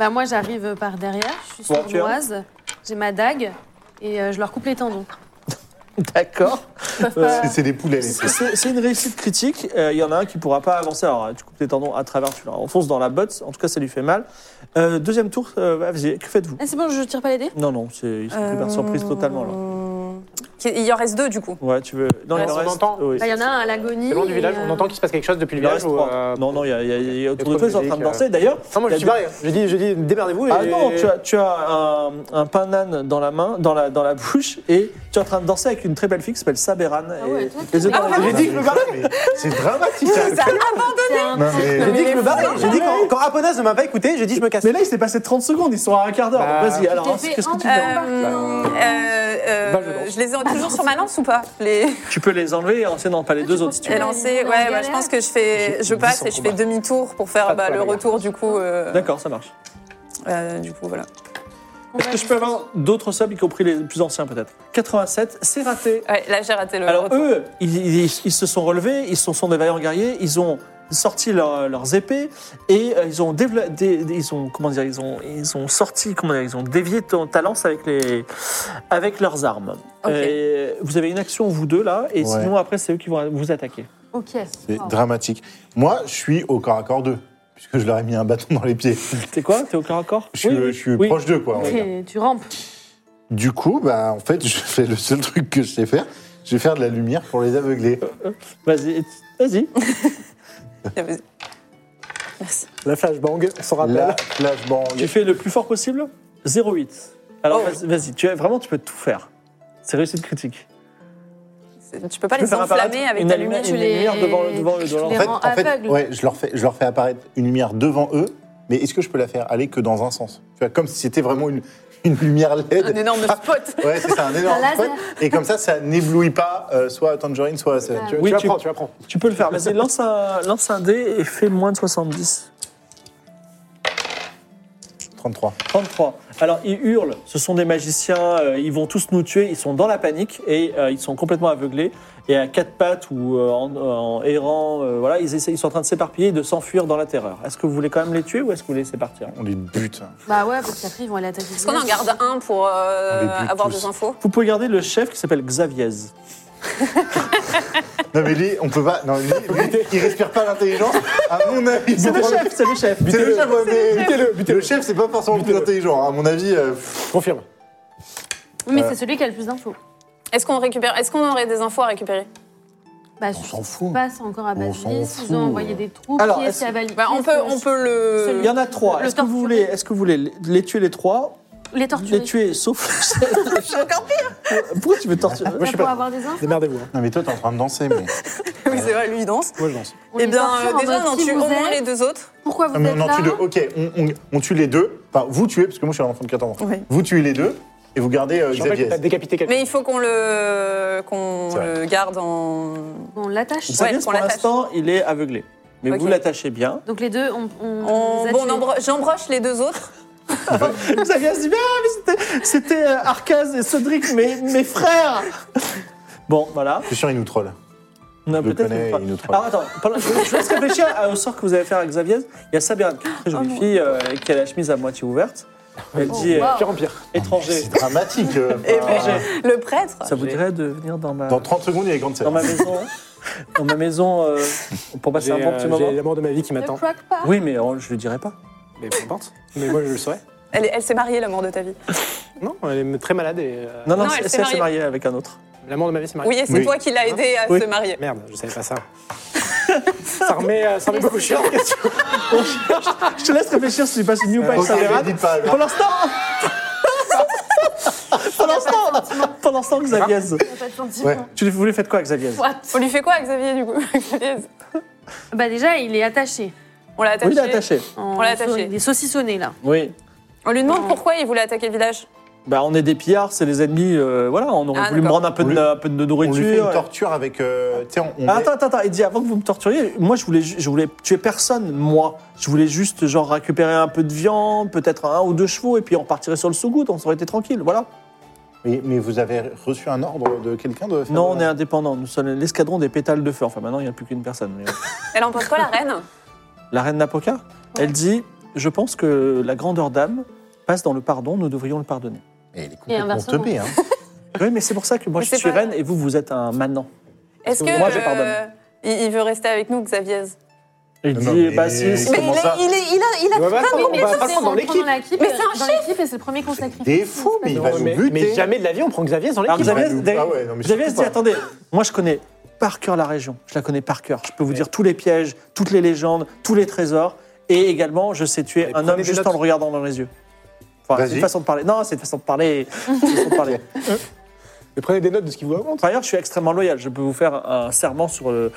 E: Bah, moi, j'arrive par derrière, je suis
A: Bon, tu
E: sournoise, j'ai ma dague et euh, je leur coupe les tendons.
A: D'accord.
E: Ils peuvent pas-
C: C'est- C'est des poulets, les trucs.
A: C'est c'est une réussite critique. Euh, Il y en a un qui pourra pas avancer. Alors, euh, tu coupes les tendons à travers, tu l'enfonces dans la botte. En tout cas, ça lui fait mal. Euh, deuxième tour, euh, vas-y, que faites-vous
E: Ah, c'est bon, je tire pas les dés
A: Non, non, c'est ils sont pris par surprise totalement. Là.
B: Qu- Euh, Il y en reste deux, du coup.
A: Ouais, tu veux. Non,
D: Ouais,
A: il en
D: on
A: reste.
D: entend.
A: oui.
E: Bah, Il y en a un à l'agonie.
D: C'est loin du
E: et,
D: village,
E: euh,
D: on entend qu'il se passe quelque chose depuis le
A: Il en
D: village
A: reste
D: ou.
A: trois.
D: euh,
A: Non, non, il y a, il y a- il y a autour de
D: trop
A: toi, ils sont en
D: musique,
A: train de
D: euh.
A: danser. D'ailleurs,
D: Non,
A: il
D: moi, je
A: y a
D: suis
A: des-
D: barré. J'ai dit, j'ai dit, démerdez-vous.
A: Ah
D: et-
A: non, tu as, tu as un, un pain d'âne dans la main, dans la, dans la bouche, et tu es en train de danser avec une très belle fille qui s'appelle Saberan. et,
E: ouais, toi,
A: les yeux dans
B: Ah
A: les
B: ouais.
A: yeux.
D: J'ai dit que je me barrais.
C: Mais C'est dramatique. hein.
B: Ça
E: c'est un-
C: Non, mais-
D: J'ai dit que je me barrais. J'ai dit quand, quand Aponas ne m'a pas écouté, j'ai dit je me casse.
A: mais là, il s'est passé 30 secondes, ils sont à un quart d'heure.
D: Bah,
A: Vas-y, alors,
E: t'es fait
A: qu'est-ce que tu
E: en-
A: fais
B: Euh, euh,
D: Bah, je danse.
B: je les ai toujours sur ma lance ou pas les...
E: euh,
A: Tu peux les enlever hein, en enchaînant
E: Ah,
A: pas les deux autres si tu
B: Et
A: veux.
E: Elle en-
B: lancer,
E: on est en
B: ouais, bah,
E: galère.
B: je pense que je fais, je passe
D: sans
B: et je fais
D: combat.
B: demi-tour pour faire
D: de
B: bah, le
D: problème,
B: retour du coup. euh,
A: D'accord, ça marche.
B: euh, du coup, voilà.
A: Est-ce que je peux avoir d'autres subs, y compris les plus anciens peut-être 87, c'est raté.
B: Ouais, là, j'ai raté le
A: Alors
B: retour.
A: eux, ils, ils- ils se sont relevés, ils sont, sont des vaillants guerriers, ils ont sorti leur- leurs épées et euh, ils ont dévla- dé- dé- ils ont comment dire, ils ont ils ont sorti comment dire, ils ont dévié ton, ta lance avec les avec leurs armes.
B: Ok.
A: Et vous avez une action vous deux là et
C: Ouais.
A: sinon après c'est eux qui vont vous attaquer.
E: Ok.
C: C'est
E: Wow.
C: dramatique. Moi, je suis au corps à corps d'eux, puisque je leur ai mis un bâton dans les pieds.
A: C'est quoi T'es au corps à corps
C: Je suis, euh,
A: Oui, oui.
C: je suis
A: Oui.
C: proche d'eux, quoi. on va dire.
E: Ok, Tu rampes.
C: Du coup, bah, en fait, je fais le seul truc que je sais faire. Je vais faire de la lumière pour les aveugler.
A: Vas-y, vas-y.
B: Vas-y. Merci.
D: La flashbang, on s'en
C: Là, flashbang.
A: Tu fais le plus fort possible 0,8. Alors
B: Oh.
A: vas-y, vas-y, tu as- vraiment tu peux tout faire. C'est réussite critique.
B: C'est- Tu peux pas
A: Tu peux
B: les
A: faire apparaître
B: enflammer avec
A: une
B: ta
A: alluma-
B: lumière.
E: tu
A: une
E: les-
A: lumière devant le- devant le-
E: tu
A: devant
E: les
C: En fait,
E: rends
C: en fait,
E: aveugles.
C: ouais, je leur fais, je leur fais apparaître une lumière devant eux, mais est-ce que je peux la faire aller que dans un sens Tu vois, comme si c'était vraiment une, une lumière LED.
B: Un énorme
A: Ah.
B: spot.
C: Ouais, c'est ça, un énorme
E: Un laser.
C: spot. Et comme ça, ça n'éblouit pas euh, soit Tangerine, soit. ça- tu vois.
A: Oui,
D: tu la
A: tu-
D: prends, tu la prends.
A: Tu peux le faire. Vas-y, lance un, lance un dé et fais moins de 70.
C: 33.
A: 33. Alors, ils hurlent. Ce sont des magiciens. euh, ils vont tous nous tuer. Ils sont dans la panique et euh, ils sont complètement aveuglés. Et à quatre pattes ou euh, en, en errant, euh, voilà, ils, essaient, ils sont en train de s'éparpiller et de s'enfuir dans la terreur. Est-ce que vous voulez quand même les tuer ou est-ce que vous les laissez partir
C: On les bute.
E: Bah ouais, parce qu'après, ils vont aller attaquer.
B: Est-ce qu'on en garde un pour euh,
A: Ah,
C: On les bute
B: avoir
C: tous.
B: des infos
A: Vous pouvez garder le chef qui s'appelle Xavier.
C: Non, mais lui, on peut pas. Non, lui, lui, il respire pas l'intelligence. À mon avis,
A: C'est
C: pour
A: le
C: prendre-
A: chef, c'est le chef.
C: C'est le chef, ouais, mais-
D: Butez-le,
C: Le
D: butez-le.
C: chef, c'est pas forcément le plus intelligent. hein. À mon avis, euh, pff,
D: Confirme.
E: Oui, mais c'est celui qui a le plus d'infos.
B: Est-ce qu'on récupère Est-ce qu'on aurait des infos à récupérer
E: Bah,
C: On
E: je
C: s'en fout.
E: passe encore à
C: On s'en
E: Basilis,
C: fout.
E: ils ont envoyé des troupes,
A: Alors,
E: qui est
A: est-ce-
E: Cavalier
B: Bah, On
E: qui
B: peut,
E: est-
B: on peut le.
A: Il y en a trois.
E: Le
A: Est-ce que vous voulez,
E: torturer.
A: est-ce que vous voulez les tuer les trois
E: Les
A: Les
E: torturer.
A: tuer sauf le chef. encore pire. Pourquoi tu veux torturer
D: Moi, je suis
E: pour
D: pas.
E: avoir des infos.
D: Démerdez-vous. hein.
C: Non, mais toi, t'es en train de danser, mais.
B: Oui, c'est vrai, lui, il danse.
D: Moi, je lance.
E: On
B: Eh
E: les
B: bien,
E: torture
B: euh,
E: en
B: déjà,
E: mode,
B: on en
E: si
B: tue
E: vous
B: au moins les
E: êtes-
B: deux autres.
E: Pourquoi vous
C: Ah, mais
E: êtes
C: on en
E: là hein
C: tue deux. Ok, on, on- on tue les deux. Enfin, vous tuez, parce que moi, je suis un enfant de 14 ans.
B: Oui.
C: Vous tuez les deux et vous gardez euh,
D: Je rappelle
C: Xavier.
D: que t'as décapité quelqu'un.
B: Mais il faut qu'on le, qu'on
C: C'est vrai.
B: le garde en.
E: On l'attache.
A: Vous savez,
B: Ouais, qu'on
A: pour
B: l'attache.
A: l'instant, il est aveuglé. Mais vous
B: Ok.
A: l'attachez bien.
E: Donc les deux, on. on
B: On-
E: les a
B: bon, on
E: tués.
B: embro- j'embroche les deux autres.
A: Xavier se dit, ah, mais c'était- c'était euh, Arcas et Cédric, mes, mes frères Bon, voilà.
C: Je suis sûr, il nous troll.
A: On a
C: Je le
A: peut-être
C: connais,
A: une fois.
C: il nous troll.
A: Alors attends, parlons- je je laisse réfléchir à- au sort que vous allez faire à Xavier. Il y a Sabine, qui est une très
B: Oh
A: jolie fille, euh, qui a la chemise à moitié ouverte. Elle dit, euh,
E: wow.
D: Pire en pire.
A: étranger,
B: Ah,
C: C'est dramatique. euh,
B: Et
C: enfin,
B: puis, le prêtre.
A: ça vous dirait de venir dans ma,
C: Dans 30 secondes, il y a les grandes
A: dans
C: scènes.
A: ma maison, dans ma maison euh, pour passer
D: J'ai
A: un bon petit
D: euh, j'ai
A: moment
D: la mort de ma vie qui
E: Ne
D: m'attend.
E: craque pas.
A: Oui, mais on- je le dirai pas.
D: Mais peu importe. Mais moi, je le saurais.
B: Elle, est- elle s'est mariée, la mort de ta vie.
D: Non, elle est très malade et. euh,
A: Non, non,
B: Non,
A: c'est-
B: elle
A: c'est
B: s'est
A: elle s'est
B: mariée.
A: mariée avec un autre.
D: La mort de ma vie, c'est mariée.
B: Oui, et c'est
C: Oui.
B: toi qui l'as aidé à
A: Hein Oui.
B: se marier.
D: Merde, je savais pas ça. ça remet, euh, ça remet beaucoup de choses en question.
A: Je te laisse réfléchir si tu passes une new page,
C: Ok,
A: ça verra.
C: dites pas.
A: Pour l'instant Pour l'instant Pour l'instant, Xavier.
E: On n'a pas hein. de sentiment.
C: Ouais.
A: Tu les- vous voulez faites quoi, Xavier
E: What
B: On lui fait quoi, Xavier, du coup Xavier,
E: Bah déjà, il est attaché.
B: On l'a attaché.
A: Oui, il est attaché.
E: On
B: l'a attaché.
E: Il est saucissonné là.
A: Oui.
B: On lui demande
E: Oh.
B: pourquoi il voulait attaquer le village.
A: Bah, on est des pillards, c'est les ennemis. euh, voilà, on aurait
B: Ah,
A: voulu me
B: d'accord.
A: rendre un peu,
C: On
A: de,
C: lui-
A: un peu de
C: On lui fait
A: nourriture.
C: une torture avec. euh, tu sais, on, on
A: Ah,
C: met-
A: attends, attends, attends, il dit avant que vous me torturiez, moi je voulais, ju- je voulais tuer personne, moi. Je voulais juste genre récupérer un peu de viande, peut-être un ou deux chevaux, et puis on partirait sur le sous-goutte, on aurait été tranquille, voilà.
C: mais, mais vous avez reçu un ordre de quelqu'un de faire-
A: Non, on est indépendant, nous sommes l'escadron des pétales de feu. Enfin, maintenant il n'y a plus qu'une personne. mais-
B: Elle en pense quoi, la reine
A: La reine Napoca, elle dit Je pense que la grandeur d'âme passe dans le pardon, nous devrions le pardonner.
C: Mais il est
E: Et
C: complètement
E: inversement.
C: teubé. Hein.
A: Oui, mais c'est pour ça que moi
B: Mais
A: je
B: c'est
A: suis
B: pas-
A: reine et vous, vous êtes un manant.
B: Est-ce que.
A: Moi, je
B: euh,
A: pardonne.
B: il il veut rester avec nous, Xavier.
A: Il
C: Non,
A: dit
C: mais-
A: Bah, si,
C: Mais
A: si-
B: Mais il,
C: Comment
B: est-
C: ça
B: il, est- il a, il a
D: On va pas
E: Oui,
D: on va pas
E: ça,
D: le prendre dans
E: on prend
D: l'équipe.
E: l'équipe.
B: Mais c'est un
E: Dans l'équipe et c'est le premier qu'on sacrifie.
C: Des fous, mais il va nous
D: Mais,
C: buter.
D: mais jamais de la vie, on prend Xavier dans
A: Alors,
D: l'équipe.
A: vous avez-
C: Ah ouais, non, mais
A: Vous avez
C: surtout
A: dit
C: pas.
A: Attendez, moi je connais par cœur la région, je la connais par cœur. Je peux vous dire tous les pièges, toutes les légendes, tous les trésors, et également je sais tuer
D: Allez,
A: un
D: prenez
A: homme
D: des
A: juste
D: notes.
A: en le regardant dans les yeux. Enfin, c'est
C: Vas-y.
A: une façon de parler. Non, c'est une façon de parler. c'est une façon de parler.
D: Mais prenez des notes de ce qu'il vous raconte.
A: Par ailleurs, je suis extrêmement loyal. Je peux vous faire un serment sur le-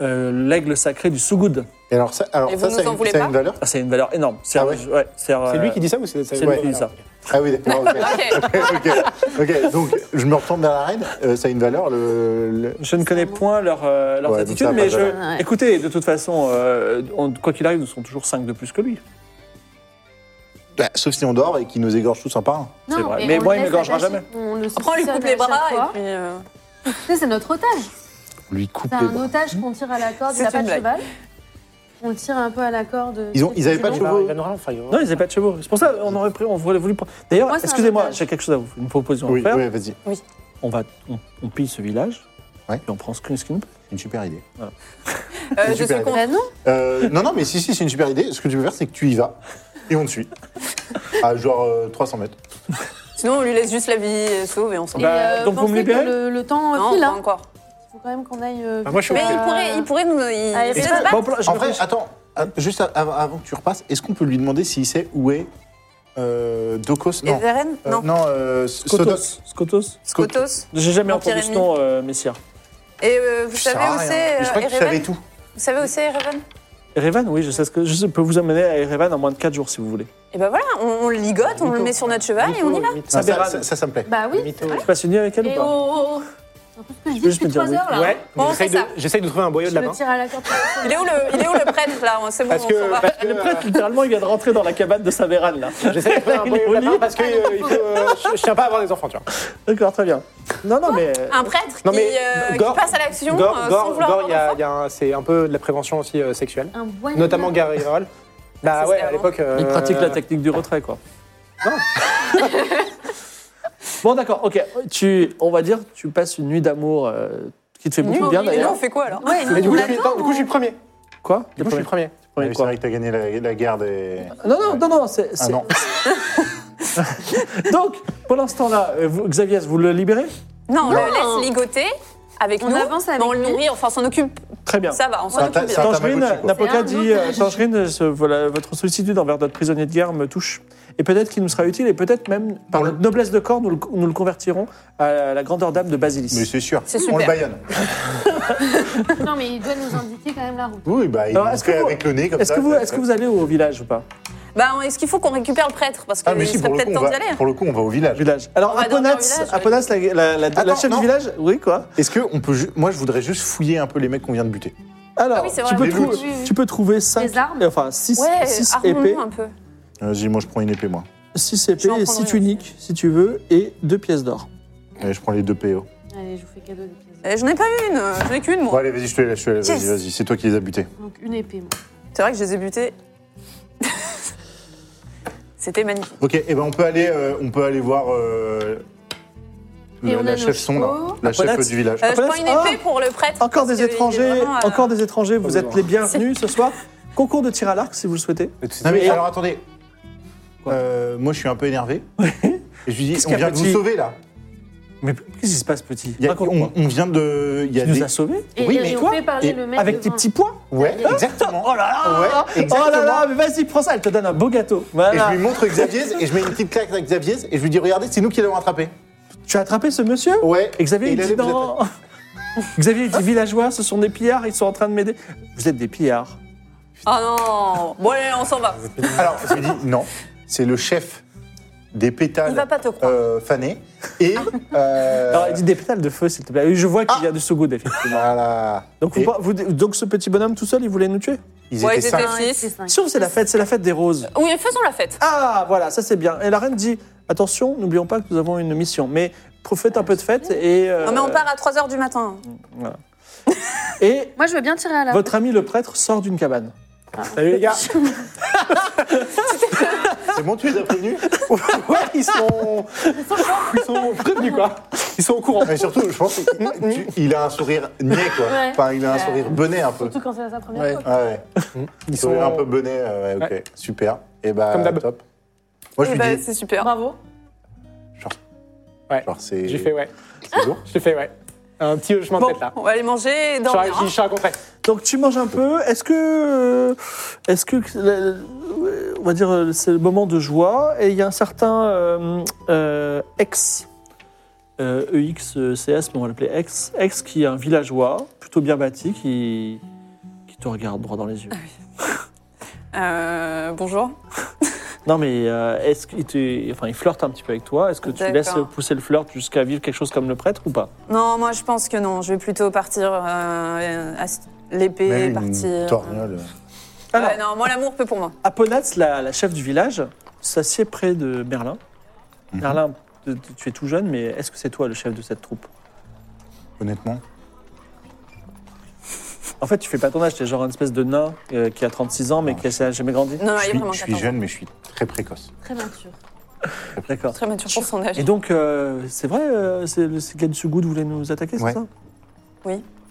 A: euh, l'aigle sacré du Sougoud.
C: Et alors, ça, alors
B: Et
C: ça,
B: vous
C: ça,
B: nous en
C: a une-
B: voulez
C: ça a
B: pas
C: une valeur
A: Ah, c'est une valeur énorme. C'est
C: Ah ouais
A: ouais, c'est euh,
D: C'est lui qui dit ça ou c'est
A: C'est lui qui dit ça.
C: Ah oui, d'accord. ok.
B: Ok.
C: ok, ok. donc je me retourne vers la reine, euh, ça a une valeur, le, le-
A: Je ne connais point leur, euh, leur
C: Ouais, donc
A: attitude,
C: ça, pas
A: mais
C: de
A: je.
C: valeur.
E: Ouais.
A: Écoutez, de toute façon, euh, on- quoi qu'il arrive, nous serons toujours 5 de plus que lui.
C: Bah, sauf si on dort et qu'il nous égorge tous un par un.
A: C'est
E: Non,
A: vrai.
E: et
A: Mais
E: on
A: moi,
E: le
A: il
E: laisse
A: m'égorgera
E: attacher.
A: jamais.
E: On
B: Après, on
E: le
B: lui coupe
E: saucissonne
B: les
E: à chaque
B: bras et
E: fois.
B: puis. euh,
E: Tu sais, c'est notre otage.
C: On lui coupe
E: C'est
C: les
E: un
C: bras.
E: otage qu'on tire à la corde, il
B: C'est
E: n'a pas
B: une
E: de cheval. On le tire un peu à la corde. euh,
C: Ils ont- ils avaient pas de
E: C'est
D: Il va,
C: chevaux.
D: il va nous ralentir. il va-
A: Non, ils n'avaient pas de chevaux. C'est pour ça qu'on aurait pris, on voulait voulu prendre. D'ailleurs,
E: Moi, c'est un
A: excusez-moi,
E: otage.
A: j'ai quelque chose à vous, une proposition
C: Oui,
A: à faire.
C: oui, vas-y,
A: On va, on, on pille ce village.
C: Ouais.
A: Et on prend ce que- ce qu'il nous plaît.
C: c'est une super idée.
B: euh, je
C: super
B: suis
E: bon.
B: contre.
E: Bah non,
C: Euh, non, non, mais si, si, c'est une super idée. Ce que tu peux faire, c'est que tu y vas et on te suit. À genre euh, 300 mètres.
B: Sinon, on lui laisse juste la vie euh, sauve et on s'en
E: Et,
B: va.
A: Bah,
E: euh,
A: donc vous me
E: pensez que
A: libérez
E: Le, le temps
B: Non,
E: file,
B: pas
E: hein.
B: encore.
E: Il faut quand même qu'on aille. euh,
D: Bah, moi, je suis
B: Mais
D: au-
B: il
E: euh,
B: pourrait, il pourrait nous. il-
E: Allez,
B: il se
E: c'est
B: bat.
A: Bon, plan- je
C: En
A: me
C: vrai,
A: réfléchis.
C: attends, euh, juste av- av- avant que tu repasses, est-ce qu'on peut lui demander s'il sait où est euh, Dokos
B: Et
C: Non,
B: Veren
C: Euh,
B: Eh ben, Non.
C: non euh,
A: Scotos.
C: Sodos.
A: Scotos.
B: Skotos.
A: J'ai jamais
B: Vampire
A: entendu ce
B: ennemi.
A: nom, euh, Messire.
B: Et euh, vous
C: Je sers
B: savez
C: à
B: où
C: rien.
B: c'est
C: Mais Je
B: euh,
C: crois que tu savais
B: Erevan
C: tout.
B: Vous savez où c'est Erevan
A: Erevan, oui, je sais ce que je peux vous amener à Erevan en moins de 4 jours si vous voulez.
B: Et ben voilà, on, on le ligote, on le met sur notre cheval et on y va.
C: Non,
A: Sabéran.
C: ça, ça, ça, ça me plaît.
E: Bah oui.
D: mytho.
A: Tu passes une nuit avec elle ou
E: Et
A: pas
E: oh, oh, oh. Je dis
A: Juste me
E: depuis
A: dire
E: 3
A: oui.
E: heures là.
D: Ouais,
B: Bon, on
D: j'essaye
B: fait
D: de,
B: ça.
D: j'essaye de trouver un boyau
E: Je
D: de la
E: le
D: main.
E: tire à la corde.
B: Il est où le, il est où le prêtre là C'est bon,
D: Parce
B: on
D: que,
B: s'en va.
D: parce que,
A: Le prêtre, littéralement, il vient de rentrer dans la cabane de Saveran, là.
D: j'essaye de trouver un
A: Il est au
D: boyau de la
A: lit.
D: main parce que euh, il faut, euh, je, je tiens pas à avoir des enfants, tu vois.
A: D'accord, très bien. Non, non, mais.
B: Un prêtre
D: Non,
B: qui,
D: mais
B: euh, qui
D: Gore-
B: passe à l'action
D: Gore,
B: euh, sans
D: Gore,
B: vouloir
D: Gore,
B: avoir
D: il y a-
B: d'enfant.
D: il y a un- c'est un peu de la prévention aussi euh, sexuelle.
E: Un boyau.
D: Notamment Gary Roll. Bah
B: Ça,
D: ouais,
B: c'était
D: à
B: avant.
D: l'époque. euh,
A: Il pratique la technique du retrait, quoi. Non Bon, d'accord, ok. Tu, on va dire, tu passes une nuit d'amour euh, qui te fait beaucoup
B: Nous,
A: de bien,
B: et nous, on
A: d'ailleurs.
B: fait quoi alors
E: Ouais,
D: Mais du coup,
E: on
D: je suis-
E: l'attend,
D: attends, du coup, je suis le premier.
A: Quoi
D: Du coup, je suis le
A: premier
D: premier.
C: Ah oui, c'est
A: quoi
C: vrai que t'as gagné la, la guerre des.
A: Non, non, non, non, c'est.
C: Ah
A: c'est-
C: non.
A: Donc, pour l'instant, là, euh, vous- Xavier, vous le libérez
B: Non, on
E: Non.
B: le laisse ligoter avec
E: On
B: nous.
E: avance avec
B: mais on le
E: lui.
B: nourrit, enfin, on s'en occupe.
A: Très bien.
B: Ça va, on
C: C'est
B: s'en
C: un ta-
B: occupe
C: c'est un
B: bien.
A: Tangerine,
C: Tamagotchi, quoi.
A: Napoca
E: C'est un
A: dit euh,
E: otage.
A: Tangerine, ce- voilà, votre sollicitude envers notre prisonnier de guerre me touche. Et peut-être qu'il nous sera utile, et peut-être même, par
C: On le-
A: notre noblesse de corps, nous le, nous le convertirons à la grandeur d'âme de Basilis.
C: Mais c'est sûr.
B: C'est
C: On le
B: super.
C: baïonne.
E: Non, mais il doit nous indiquer quand même la route.
C: Oui, bah, il
A: Alors,
C: nous
A: est-ce que
C: fait
A: vous-
C: avec le nez comme
A: Est-ce
C: ça.
A: que, vous-
C: ça-
A: est-ce que vous allez au village ou pas
B: Bah, on- est-ce qu'il faut qu'on récupère le prêtre Parce que
C: Ah, mais
B: il
C: si,
B: serait
C: pour le, coup,
B: peut-être
C: on
B: temps d'y
C: va,
B: aller.
C: pour le coup, on va au village.
A: Village. Alors,
B: On va dormir au
A: Aponas,
B: village, ouais.
A: Aponas, la, la- la- la
C: Attends,
A: chef
C: non.
A: du village, oui, quoi
C: Est-ce qu'on peut. ju- Moi, je voudrais juste fouiller un peu les mecs qu'on vient de buter.
A: Alors,
B: Ah oui, c'est
A: tu,
B: vrai.
A: peux
C: Les
A: trou-
C: loot.
E: Oui, oui.
A: tu peux trouver 5,
E: Les armes.
A: enfin 6
B: Ouais,
A: épées,
B: armons-nous un peu.
C: Vas-y, moi, je prends une épée, moi.
A: six
B: Je vais en
A: épées et
B: prendre
A: 6
B: une
A: tuniques, si tu veux, et 2 pièces d'or.
C: Allez, je prends les deux PO.
E: Allez, je vous fais cadeau des pièces.
B: Euh, Je n'ai pas une, euh, je n'ai qu'une,
C: Bon,
B: moi.
C: allez, vas-y, je te laisse. je te laisse,
B: Yes.
C: Vas-y, vas-y, c'est toi qui les as butés.
E: Donc une épée, moi.
B: C'est vrai que je les ai butées. C'était magnifique.
C: Ok, et ben on peut aller, euh, on peut aller voir euh,
E: Et
C: la,
E: on
C: la
E: a nos
C: chef son, là,
E: chevaux.
C: la chef
A: Aponax.
C: du village.
B: Euh, je
A: Aponas-
B: prends une épée
A: Ah
B: pour le prêtre.
A: Encore
B: parce
A: des
B: que il est
A: étrangers,
B: vraiment, euh,
A: encore des étrangers, vous
D: oui,
A: êtes les bienvenus ce soir. Concours de tir à l'arc si vous le souhaitez.
C: Non mais
A: Et-
C: alors attendez, Euh, moi je suis un peu énervé. Et je lui dis,
A: Qu'est-ce
C: on
A: qu'il y a,
C: vient de vous
A: petit
C: sauver là.
A: Mais qu'est-ce qui se passe, petit
C: Il y a-
A: Raconte-moi.
C: on, on vient de, il y a
A: Tu nous
C: des,
A: as sauvés
E: Et,
C: Oui,
E: et
C: mais
E: on
C: toi,
E: fait parler
C: et
E: le maître.
A: Avec
E: de
A: tes
E: vin.
A: petits poings
C: ouais,
A: Oh
C: exactement.
A: là là
C: Ouais,
A: Oh là là,
C: exactement.
A: mais vas-y, prends ça, elle te donne un beau gâteau.
C: Et
A: Voilà.
C: je lui montre Xavier et je mets une petite claque à Xavier et je lui dis, regardez, c'est nous qui l'avons attrapé.
A: Tu as attrapé ce monsieur
C: Ouais.
A: Et Xavier,
C: Et
A: il, dit
C: allait vous
A: non. Xavier, il dit villageois, ce sont des pillards, ils sont en train de m'aider. Vous êtes des pillards.
B: Oh non Bon, allez, on s'en va.
C: attraper. Alors je lui dis, non, c'est le chef des
B: Il va
C: pétales
B: pas te croire.
C: euh, fanés et euh,
A: Alors, il dit des pétales de feu, s'il te plaît. Je vois qu'il
C: Ah
A: y a de ce goût, effectivement.
C: voilà.
A: Donc,
C: Et
A: vous- vous- donc, ce petit bonhomme tout seul, il voulait nous tuer
C: ils
B: Ouais,
C: étaient
B: ils
C: cinq.
B: étaient
E: Ouais, c'est
B: six.
E: cinq.
A: Sûr, c'est la fête, c'est la fête des roses.
B: Oui, faisons la fête.
A: Ah, voilà, ça c'est bien. Et la reine dit attention, n'oublions pas que nous avons une mission. Mais faites un peu de fête et. euh,
B: Non, mais on part à 3h du matin.
A: voilà. Et
E: Moi, je veux bien tirer à la
A: votre ami le prêtre sort d'une cabane.
D: Salut les gars
C: C'est bon, tu les as prévenus
D: Ouais, ils sont. Ils sont prévenus, quoi. Ils sont au courant.
C: Mais surtout, je pense
B: Mm,
C: qu'il a un sourire niais, quoi.
E: Ouais.
C: Enfin, il a un
E: Ouais.
C: sourire benet un peu.
E: Surtout quand c'est sa première
D: Ouais.
E: fois.
C: Ouais, ouais.
D: Ils
C: Sourire un peu benet, euh, ouais, ok. Super. Et bah,
D: Comme d'hab.
C: top. Moi, je
B: Eh
C: lui
B: ben,
C: dis,
B: c'est super.
E: Bravo.
D: Ouais.
C: genre, c'est.
D: J'ai fait, ouais.
C: C'est lourd.
D: Je t'ai fait, ouais. Un petit chemin
A: Bon.
D: de tête, là.
B: On va aller manger et
D: Je
B: dormir.
D: suis- Je suis rencontré.
A: Donc tu manges un peu. Est-ce que. euh, Est-ce que. euh, On va dire euh, c'est le moment de joie. Et il y a un certain euh, euh, ex. euh, EXCS, mais on va l'appeler ex. Ex qui est un villageois, plutôt bien bâti, qui, qui te regarde droit dans les yeux.
B: hein. Euh, bonjour.
A: Non, mais euh, est-ce qu'il te- enfin, il flirte un petit peu avec toi Est-ce que tu
B: D'accord.
A: laisses pousser le flirt jusqu'à vivre quelque chose comme le prêtre ou pas
B: Non, moi je pense que non. Je vais plutôt partir euh, à s-
C: Mais
B: l'épée,
C: une
B: partir. euh.
C: torgnole.
A: Alors,
B: Ouais, non, moi l'amour peut pour moi.
A: Aponatz, la, la chef du village, s'assied près de Merlin.
C: Mhm.
A: Merlin, tu- tu- tu es tout jeune, mais est-ce que c'est toi le chef de cette troupe
C: Honnêtement,
A: En fait, tu fais pas ton âge, t'es genre une espèce de nain euh, qui a 36 ans, mais
C: Non,
A: qui a jamais grandi.
B: Non, non,
C: je
B: il est
C: suis,
B: vraiment
C: je suis
B: 14.
C: jeune, mais je suis très précoce.
E: Très mature.
A: D'accord.
B: Très mature pour son âge.
A: Et donc, euh, c'est vrai, euh, c'est le c'est Gensugoud voulait nous attaquer, c'est
C: Ouais.
A: ça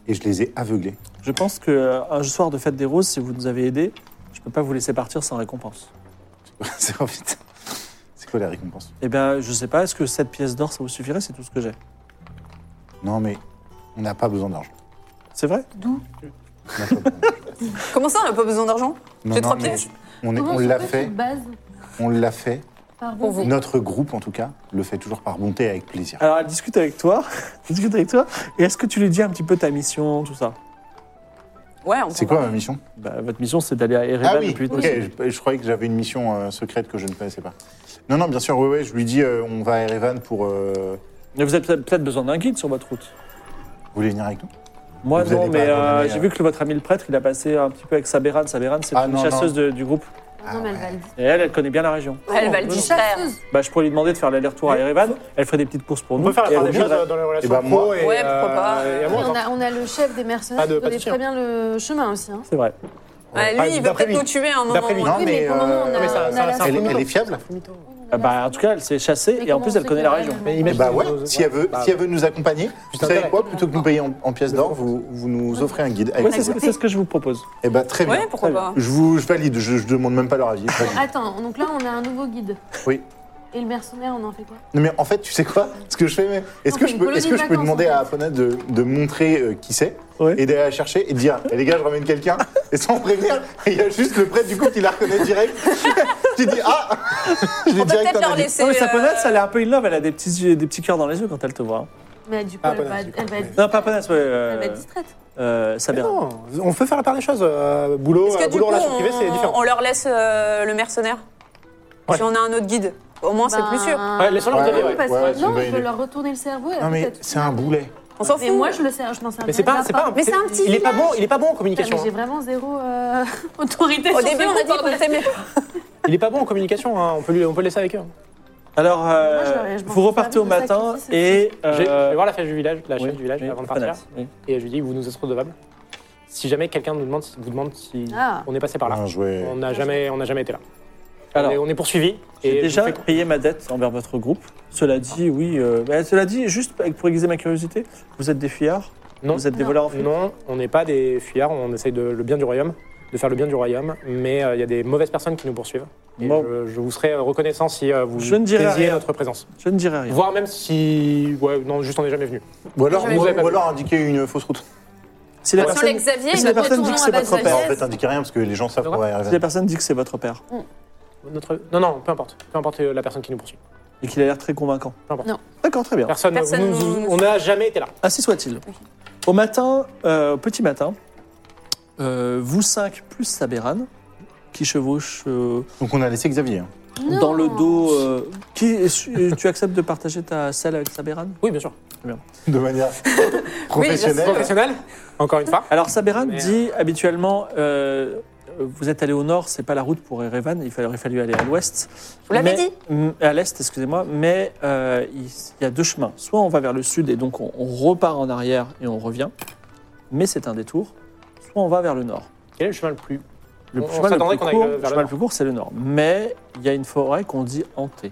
C: Et je les ai aveuglés.
A: Je pense que euh, un soir de fête des roses, si vous nous avez aidés, je peux pas vous laisser partir sans récompense.
C: c'est oh, putain. C'est quoi la récompense
A: Eh bien, je sais pas, est-ce que cette pièce d'or, ça vous suffirait C'est tout ce que j'ai.
C: Non, mais on n'a pas besoin d'argent.
A: C'est vrai
C: On n'a pas besoin d'argent.
B: Comment ça, on n'a pas besoin d'argent
C: Non,
B: J'ai
C: non,
B: trois
C: mais
B: pièces.
C: On est-
E: Comment
C: on
E: se
C: l'a
E: fait
C: fait,
E: cette base
C: on l'a fait.
E: par
B: Pour vous. Ah,
C: Notre groupe, en tout cas, le fait toujours par bonté et avec plaisir.
A: Alors, elle discute avec toi. elle discute avec toi. Et est-ce que tu lui dis un petit peu ta mission, tout ça
B: Ouais, on
C: C'est
B: prend-
C: quoi ma mission
A: Bah, Votre mission, c'est d'aller à Erevan
C: Ah
A: Eh ben, le
C: oui,
A: plus vite
C: ok,
A: possible.
C: je, je croyais que j'avais une mission euh, secrète que je ne connaissais pas. Non, non, bien sûr, ouais, ouais, je lui dis, euh, on va à Erevan pour... euh,
A: Mais vous avez peut-être- peut-être besoin d'un guide sur votre route.
C: Vous voulez venir avec nous
A: Moi,
C: Vous
A: non,
C: allez pas
A: mais euh,
C: abandonner,
A: j'ai
C: euh.
A: vu que votre ami le prêtre, il a passé un petit peu avec Saberan. Saberan, c'est
C: Ah,
A: une
C: non,
A: chasseuse de- du groupe.
E: Ah Non, mais elle va le dire.
B: Ah
A: Et elle, elle connaît bien la région.
B: Elle va le
E: Une
B: distraire.
E: chasseuse.
A: Bah, je pourrais lui demander de faire l'aller-retour à Erevan. Elle ferait des petites courses pour
D: On
A: nous.
D: peut faire la
A: et
D: part
A: elle
D: des choses
A: reviendrait.
D: euh, dans les relations
C: ben, moi-
D: pro et,
B: Ouais, pourquoi
D: euh,
B: pas.
D: et
B: Et
E: Et
D: amour,
E: on,
D: genre.
E: a, on a le chef des mercenaires
C: Ah,
D: Pas de-
E: qui
D: pas de
E: connaît
D: chien.
E: très bien le chemin aussi. hein.
A: C'est vrai.
B: Ouais,
D: Ah,
B: lui, il veut
D: d'après
B: peut-être
D: lui.
B: nous tuer à un moment.
D: D'après lui.
B: ou un
C: Non,
B: autre.
E: Oui, mais
C: mais,
E: pour le moment, on a-
C: euh,
D: mais ça-
E: on
D: ça-
E: a la
D: ça-
C: elle,
E: symphonie.
C: elle est fiable
E: On a
A: Ah
E: la
A: Bah, en tout cas, elle s'est chassée
E: Mais
A: et en
E: comment
A: plus,
E: on
A: elle
E: sait
A: connaît
E: qu'elle
A: la
E: a
A: région.
E: vraiment-
D: Mais imagine-
C: Bah ouais,
D: Ouais.
C: si elle veut, si elle veut nous accompagner, vous
D: intérêt.
C: savez quoi Plutôt que nous payer en, en pièces d'or, vous, vous nous offrez un guide. Avec
A: Ouais, c'est
C: plaisir.
A: c'est ce que je vous propose.
C: Eh bah, très bien.
B: Ouais, pourquoi
A: Très
B: pas.
C: Je vous je valide, je, je demande même pas leur avis. je valide.
E: Ah. Attends, donc là on a un nouveau guide.
C: Oui.
E: Et le mercenaire, on en fait quoi
C: Non, mais en fait, tu sais quoi Ce que je fais, mais est-ce
E: On
C: que
E: fait
C: je
E: une
C: peux,
E: colonie
C: est-ce que
E: de
C: je peux
E: vacances,
C: demander
E: en
C: à
E: fait.
C: Apona de, de montrer euh, qui c'est
A: Ouais.
C: et d'aller la chercher et de dire Eh les gars, je ramène quelqu'un et sans prévenir, il y a juste le prêtre du coup qui la reconnaît direct. qui dit ah, je l'ai
B: On peut
C: direct
B: peut-être
C: en
B: leur
C: ami.
B: laisser.
A: Non, mais Saponette,
B: euh,
A: ça a l'air un peu in love. Elle a des petits, des petits cœurs dans les yeux quand elle te voit. hein.
E: Mais du coup,
D: Ah,
E: elle, va,
D: pas
E: elle va être,
A: Non, pas Saponette, ouais.
E: elle va
A: Euh,
E: être distraite.
A: euh,
D: Mais
C: Ah
A: Saberne.
D: non, on peut faire la part des choses. euh, boulot,
B: Est-ce que
D: euh,
B: du
D: boulot
B: coup,
D: relation privée, c'est
B: on,
D: différent.
B: on leur laisse euh, le mercenaire
D: Ouais.
B: Si on a un autre guide, au moins c'est
E: Bah,
B: plus sûr.
D: Ouais, laissons-leur le
E: Ouais,
D: dire,
E: ouais,
D: ouais.
E: Ben, parce que
C: Ouais, c'est
E: non,
C: une bonne
E: on
C: idée.
E: peut leur retourner le cerveau. et
C: Non,
E: après,
C: mais
E: t'as tout-
C: c'est un boulet.
B: On s'en fout.
E: Mais moi, je le sers, je m'en sers.
D: Mais c'est pas, c'est pas un.
B: Mais c'est un petit
D: Il est pas
B: village.
D: bon, il est pas bon en
E: Ah,
D: communication.
E: mais J'ai
D: hein.
E: vraiment zéro euh, autorité.
B: Au
E: sur
B: début,
E: ce
B: on a dit
E: groupe,
B: qu'on
E: en fait.
B: t'aimait.
D: hein. Il est pas bon en communication. hein. On peut lui- on peut le laisser avec eux.
A: Alors, euh,
E: Moi, je l'aurais- je
A: vous
E: m'en fous,
A: repartez au
E: ça, le
A: matin
E: sacrifice,
A: et.
D: Je vais- je
A: euh,
D: vais voir la chef du village, la
A: oui,
D: chef du village
A: oui,
D: avant de partir,
A: Saponette, oui.
D: et je lui dis vous nous êtes redevable. Si jamais quelqu'un nous demande, vous demande si
E: Ah.
D: on est passé par là.
C: Bien joué.
D: On n'a jamais, on n'a jamais été là.
A: Alors,
D: on est, on est poursuivi.
A: J'ai
D: et
A: déjà
D: je vous fais-
A: payé ma dette envers votre groupe. Cela dit, oui. euh, bah, cela dit, juste pour aiguiser ma curiosité, vous êtes des fuyards
D: Non.
A: Vous êtes des
E: Non.
A: voleurs en fuite
D: Non, on n'est pas des fuyards. On essaye de le bien du royaume, de faire le bien du royaume, mais euh, il y a des mauvaises personnes qui nous poursuivent. Et
A: Bon.
D: je, je vous serais reconnaissant si euh, vous
A: Je ne dirai
D: taisiez
A: rien.
D: notre présence.
A: Je ne dirai rien.
D: Voire même si, ouais, non, juste on n'est jamais venu.
C: Ou alors,
D: J'avais
C: ou-
D: jamais
C: ou
D: vu.
C: alors indiquer une fausse route.
A: Si la
B: Si on
A: personne,
B: l'exavier,
A: si
B: il
A: la
B: va
A: personne dit que c'est
B: retourner à
A: votre
B: base
A: père.
C: En
B: de
C: fait, indiquer rien parce que les gens savent
D: C'est
C: qu'on va y
A: si la
C: arriver.
A: personne dit que c'est votre père
D: Notre, non, non, peu importe, peu importe euh, la personne qui nous poursuit.
A: et qu'il a l'air très convaincant.
D: Peu importe.
E: Non.
A: D'accord, très bien.
D: Personne,
B: Personne
D: vous- vous-
B: nous-
D: on n'a jamais été là.
A: Ainsi soit-il. Au matin, euh, au petit matin, euh, vous cinq plus Sabéran, qui chevauche euh,
C: Donc on a laissé Xavier. hein.
E: Non.
A: dans le dos. euh, qui, tu acceptes de partager ta selle avec Sabéran
D: Oui, bien sûr.
C: De manière professionnelle.
D: Professionnel, encore une fois.
A: Alors Saberan
D: Mais, euh,
A: dit habituellement, euh, euh, vous êtes allé au nord, c'est pas la route pour Erevan, il fallait- aurait fallu aller à l'ouest.
B: Vous l'avez
A: Mais-
B: dit
A: Mm, À l'est, excusez-moi, mais euh, il s- il y a deux chemins. Soit on va vers le sud et donc on, on repart en arrière et on revient, mais c'est un détour. Soit on va vers le nord.
D: Quel est le chemin le plus
A: Le
D: On- on
A: chemin le
D: s'attendait
A: plus
D: qu'on aille
A: court,
D: vers le
A: chemin
D: nord.
A: le plus court, c'est le nord. Mais il y a une forêt qu'on dit hantée.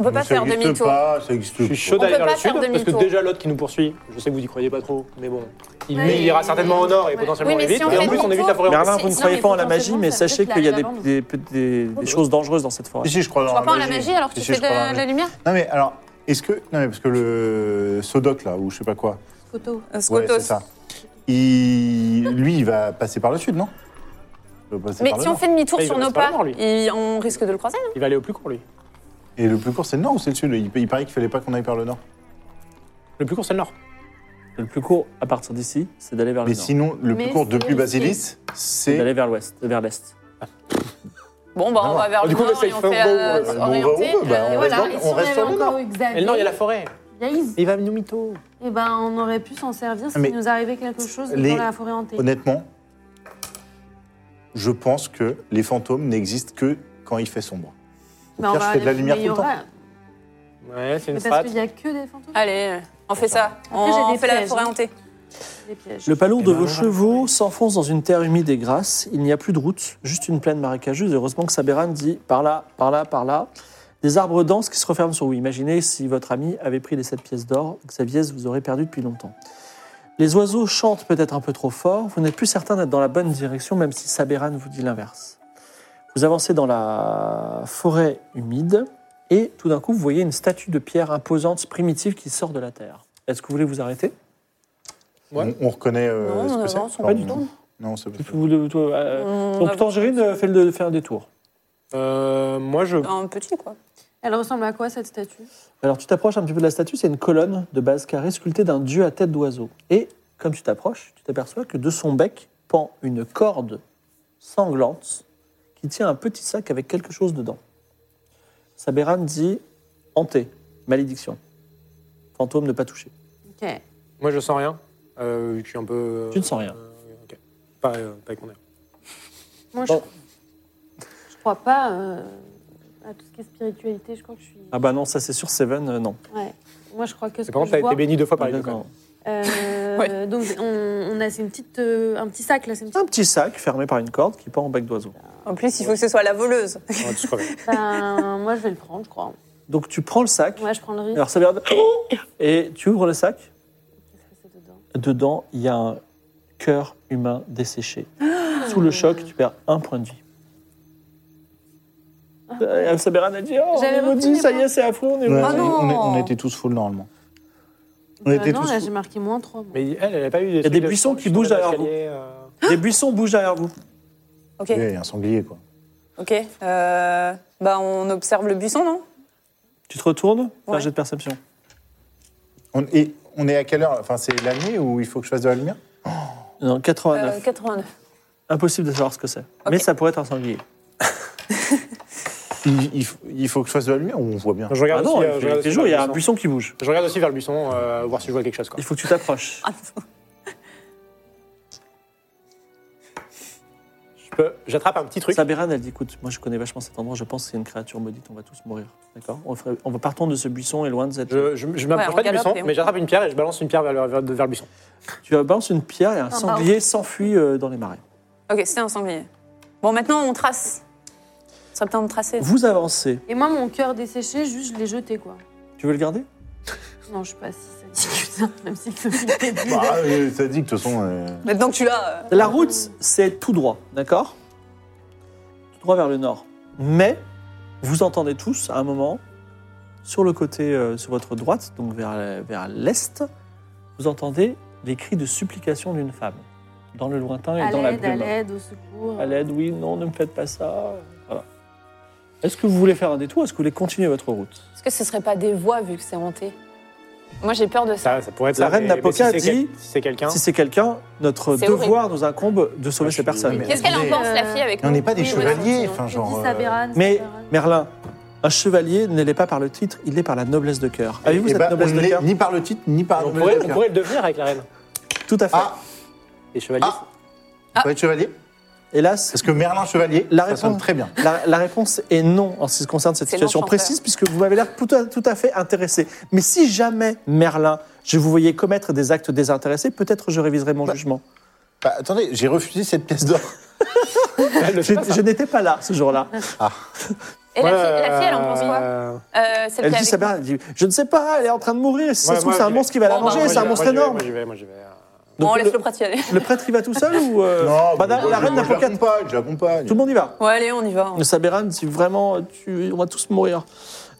B: On peut pas
C: ça
B: faire
C: existe
B: demi-tour.
C: pas, ça existe
D: Je suis chaud
B: On peut
D: d'aller vers
B: pas
D: le sud
B: faire
D: parce que
B: demi-tour.
D: déjà l'autre qui nous poursuit, je sais que vous n'y croyez pas trop, mais bon, il, lui,
E: Ouais.
D: il ira certainement au nord et
E: Ouais.
D: potentiellement
B: Oui, mais
D: évite.
B: si on
D: et en
B: fait
D: plus, on évite
B: demi-tour-
D: la forêt.
B: Mais
D: rouge.
A: Merlin,
B: si-
A: vous ne
B: non,
A: croyez
E: mais
A: pas en la magie,
E: potentiellement,
A: mais
E: ça veut
A: sachez
E: dire
A: qu'il y a des,
E: qu'il arrive
A: des- des- des choses dangereuses dans cette forêt.
C: Si, si, je crois
B: Tu
C: dans
B: crois
C: la
B: pas en la
C: magie.
B: magie alors que
C: Si,
B: tu
C: si,
B: fais
C: je
B: de
C: crois dans la
B: la
C: magie.
B: lumière
C: Non mais alors, est-ce que non mais parce que le Sodoc là ou je sais pas quoi.
E: Photo.
C: Ouais,
B: Scotos.
C: c'est ça. Il... Lui, il va passer par le sud, non Il va passer
B: Mais
C: par le
B: si on
C: nord.
B: fait demi-tour
D: Mais il
B: sur
D: va
B: nos
D: pas
B: pas,
D: le voir, lui.
B: il- on risque de le croiser. hein. non
D: Il va aller au plus court, lui.
C: Et le plus court, c'est le nord ou c'est le sud il... il paraît qu'il fallait pas qu'on aille par le nord.
D: Le plus court, c'est le nord.
A: Le plus court à partir d'ici, c'est d'aller vers le
C: Mais
A: nord.
C: sinon, le
E: Mais
C: plus court
E: c'est
C: depuis
E: ici.
C: Basilis,
A: C'est
C: c'est.
A: d'aller vers l'ouest, vers l'est.
B: Bon, bah
C: Non,
B: on va vers
D: du
B: le
D: coup, on
B: nord
D: essaye
B: et on
D: de
B: fait
D: faire
B: euh,
D: où, euh,
C: bon, on va
B: s'orienter.
C: où, bah,
B: Euh,
E: Et
C: on
B: voilà.
E: voilà,
C: reste-
E: et si
C: on
E: on
C: reste
E: avait
C: au nord.
E: encore eu
D: Et le nord, il y a
E: Xavier,
D: la forêt.
E: Yaïs,
D: Il va nous mytho.
E: eh ben, on aurait pu s'en servir s'il
C: Ah, Mais
E: nous arrivait quelque chose
C: les-
E: dans la forêt hantée.
C: Honnêtement, je pense que les fantômes n'existent que quand il fait sombre. Au
E: Mais on
C: pire,
E: va
C: je fais de la
E: aller-
C: lumière
E: mais
C: tout
E: il y
C: le temps.
E: aura-
D: Ouais, c'est une
E: mais Parce
D: strat.
E: qu'il n'y a que des fantômes.
B: Allez, on fait ça.
E: j'ai
B: On
E: des
B: fait la
E: pièges,
B: forêt
E: hein.
B: hantée.
E: Des pièges.
A: Le palon
D: Eh
A: de
D: ben,
A: vos
D: voilà.
A: chevaux s'enfonce dans une terre humide et grasse. Il n'y a plus de route, juste une plaine marécageuse. Et heureusement que Saberan dit par là, par là, par là. Des arbres denses qui se referment sur vous. Imaginez si votre ami avait pris les sept pièces d'or, Xavier vous aurait perdu depuis longtemps. Les oiseaux chantent peut-être un peu trop fort. Vous n'êtes plus certain d'être dans la bonne direction, même si Saberan vous dit l'inverse. Vous avancez dans la forêt humide et tout d'un coup, vous voyez une statue de pierre imposante, primitive, qui sort de la terre. Est-ce que vous voulez vous arrêter
D: Ouais.
C: On, on reconnaît euh,
B: Non,
C: ce
B: on
C: que c'est.
B: avance, on
C: Non,
A: va
C: non. Non, c'est pas ça.
A: Vous voulez- toi, euh,
B: On
A: Donc Tangerine euh, fait, le, fait un détour.
D: Euh, moi, je.
B: Un petit, quoi.
E: Elle ressemble à quoi cette statue
A: Alors tu t'approches un petit peu de la statue, c'est une colonne de base carrée sculptée d'un dieu à tête d'oiseau. Et comme tu t'approches, tu t'aperçois que de son bec pend une corde sanglante qui tient un petit sac avec quelque chose dedans. Sabéran dit hanté, malédiction, fantôme ne pas toucher.
E: Ok.
D: Moi, je sens rien. Euh, vu que je suis un peu.
A: Tu ne sens rien.
D: euh, ok. Pas, euh, pas avec mon air.
E: Moi,
A: Bon.
E: je, je crois pas euh, à tout ce qui est spiritualité. Je crois que je suis.
A: Ah bah non, ça c'est sur Seven, euh, non.
E: Ouais. Moi, je crois que ce
D: Mais
E: que
D: Par contre,
E: je
D: t'as
E: vois.
D: été béni deux fois par les deux. quand
A: D'accord.
D: même.
E: euh,
B: Ouais.
E: Donc, on, on a c'est une petite, euh, un petit sac là. C'est une
A: Un
E: petite.
A: petit sac fermé par une corde qui pend au bec d'oiseau.
B: En plus, il faut que ce soit la voleuse.
D: On va tous crever.
E: Ben, moi, je vais le prendre, je crois.
A: Donc tu prends le sac,
E: Moi, je prends le risque.
A: alors Sabéran... Et tu ouvres le sac
E: Qu'est-ce que c'est dedans
A: Dedans, il y a un cœur humain desséché. Sous le choc, tu perds un point de vie.
E: Ah,
A: Euh, Saberan a dit Oh,
E: J'avais
A: on est
E: repris
A: maudit,
E: mes
A: ça y
E: points.
A: est, c'est affreux, on est
C: Ouais,
B: Ah
A: maudit.
C: on,
B: non.
C: on est- on était tous full normalement. On
E: Bah
C: était
E: non,
C: tous
E: là j'ai marqué moins 3.
D: Mais elle, elle n'avait pas eu des.
A: des buissons qui bougent derrière vous. Les buissons bougent derrière vous.
B: Ok,
C: full. Il y a un sanglier, quoi.
B: ok. Euh, bah, on observe le buisson, non
A: Tu te retournes, fais un
B: Ouais.
A: jet de perception.
C: On, et on est à quelle heure Enfin, c'est la nuit où il faut que je fasse de la lumière
A: Non, 89.
B: Euh, 89.
A: Impossible de savoir ce que c'est. Mais ça pourrait être un sanglier.
C: il, il faut- il faut que je fasse de la lumière ou on voit bien
D: Je regarde
A: Ah non,
D: aussi,
A: il
D: euh,
A: fait-
D: je regarde
A: il fait
D: aussi
A: jour,
D: vers
A: il y a
D: le
A: un buisson qui bouge.
D: Je regarde aussi vers le buisson, euh, voir si je vois quelque chose. Quoi.
A: Il faut que tu t'approches.
B: Ah, non.
D: Je peux- J'attrape un petit truc.
A: Saberan, elle dit écoute, moi je connais vachement cet endroit, je pense que c'est une créature maudite, on va tous mourir. D'accord on, ferait- on va partir de ce buisson et loin de cette.
D: Je, je, je m'approche
B: Ouais, on
D: pas du
B: galope
D: buisson,
B: et on-
D: mais j'attrape une pierre et je balance une pierre vers le, vers, vers le buisson.
A: Tu balances une pierre et un
B: bah,
A: sanglier s'enfuit euh, dans les marais.
B: Ok, c'était un sanglier. Bon, maintenant, on trace. Ce serait temps de tracer.
A: Vous avancez.
E: Et moi, mon cœur desséché, juste je l'ai jeté quoi.
A: Tu veux le garder
E: Non, je suis pas si sadique que ça, même si le film était dit.
C: Bah, euh, ça dit que de toute façon. euh,
B: Maintenant que tu l'as. euh,
A: La route, c'est tout droit, d'accord Tout droit vers le nord. Mais vous entendez tous, à un moment, sur le côté, euh, sur votre droite, donc vers, la- vers l'est, vous entendez les cris de supplication d'une femme, dans le lointain et
E: À
A: dans la
E: l'aide, à
A: brume.
E: l'aide, au secours.
A: À l'aide, oui, non, ne me faites pas ça. Voilà. Est-ce que vous voulez faire un détour Est-ce que vous voulez continuer votre route
F: Est-ce que ce serait pas des voix vu que c'est hanté Moi j'ai peur de ça.
D: Ça, ça pourrait être
A: La
D: ça,
A: reine
D: mais- mais
A: d'Apoca
D: si c'est
A: dit-
D: quel- Si c'est quelqu'un.
A: Si c'est quelqu'un, notre
F: C'est
A: devoir nous incombe de sauver
C: Ah, je
A: ces
C: suis-
A: personnes.
C: mais-
F: Qu'est-ce qu'elle en
C: Attendez.
F: pense, la fille, avec
C: On
F: nous
C: n'est pas des
F: Oui, voilà.
C: chevaliers, enfin,
E: J'ai dit
C: genre. euh,
E: Saberan,
A: Mais
E: Saberan.
A: Merlin, un chevalier ne l'est pas par le titre, il l'est par la noblesse de cœur. Avez-vous
C: eh
A: cette
C: ben, on
A: noblesse de
C: l'est
A: cœur
C: Ni par le titre, ni par
D: On
C: le
D: pourrait,
C: de
D: on
C: cœur.
D: pourrait le devenir avec la reine.
A: Tout à fait.
C: Ah,
D: Les chevaliers.
C: ah On peut être chevalier
A: Hélas,
C: Parce que Merlin Chevalier,
A: La
C: ça sonne
A: réponse-
C: très bien.
A: la, la réponse est non en ce qui concerne cette
B: C'est
A: situation
B: l'enchanteur.
A: précise, puisque vous m'avez l'air tout à, tout à fait intéressé. Mais si jamais, Merlin, je vous voyais commettre des actes désintéressés, peut-être je réviserai mon jugement.
C: Bah, attendez, j'ai refusé cette pièce d'or.
D: Elle
A: Je,
D: le sait pas, ça.
A: je n'étais pas là ce jour-là.
F: Et la fille, la fille, elle en pense quoi
D: Euh,
F: Euh, Celle
A: Elle
F: qui est
A: dit,
F: avec
A: ça bien, elle dit, je ne sais pas, elle est en train de mourir. Si ça
D: Ouais,
A: se trouve,
D: moi,
A: c'est un
D: j'y
A: monstre
D: vais.
A: qui va la
B: Bon, bah,
A: manger,
B: moi,
A: c'est un
B: j'y vais,
A: monstre
D: moi, j'y vais,
A: énorme.
D: Moi j'y vais, moi j'y vais.
B: Bon, on
A: le,
B: laisse le prêtre y aller.
A: le prêtre y va tout seul ou euh, madame-
C: bon,
A: la reine
C: je- je
A: d'Apocat
C: l'accompagne, Je l'accompagne.
A: Tout le monde y va.
B: Ouais, allez, on y va. hein.
A: Le Saberan, si vraiment, tu, on va tous mourir.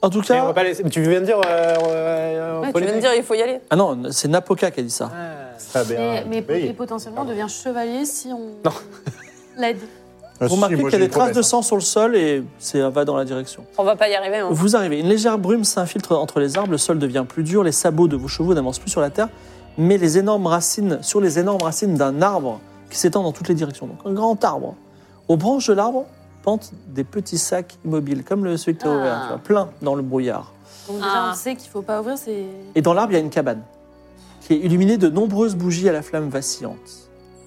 A: En tout
D: Mais on va
A: cas,
D: pas laisser- Tu viens de dire. euh, euh,
B: Ouais,
D: faut
B: tu viens
D: les-
B: de dire, il faut y aller.
A: ah non, c'est Napoca qui a dit ça.
C: Ah, ben,
E: Mais, mais
C: oui.
E: et potentiellement, on devient chevalier si on
D: Non.
E: l'aide.
C: Ah, si,
A: Vous remarquez qu'il
C: moi,
A: y a
C: j'ai
A: des
C: une
A: traces de
C: promesse,
A: sang sur le sol et c'est va dans la direction.
B: On va pas y arriver. hein.
A: Vous arrivez, une légère brume s'infiltre entre les arbres, le sol devient plus dur, les sabots de vos chevaux n'avancent plus sur la terre, mais les énormes racines, sur les énormes racines d'un arbre qui s'étend dans toutes les directions, donc un grand arbre. Aux branches de l'arbre pentent des petits sacs immobiles, comme le celui que tu as
E: Ah.
A: ouvert, tu vois, plein dans le brouillard.
E: Donc déjà,
F: Ah.
E: on sait qu'il faut pas ouvrir, c'est.
A: Et dans l'arbre, il y a une cabane qui est illuminée de nombreuses bougies à la flamme vacillante,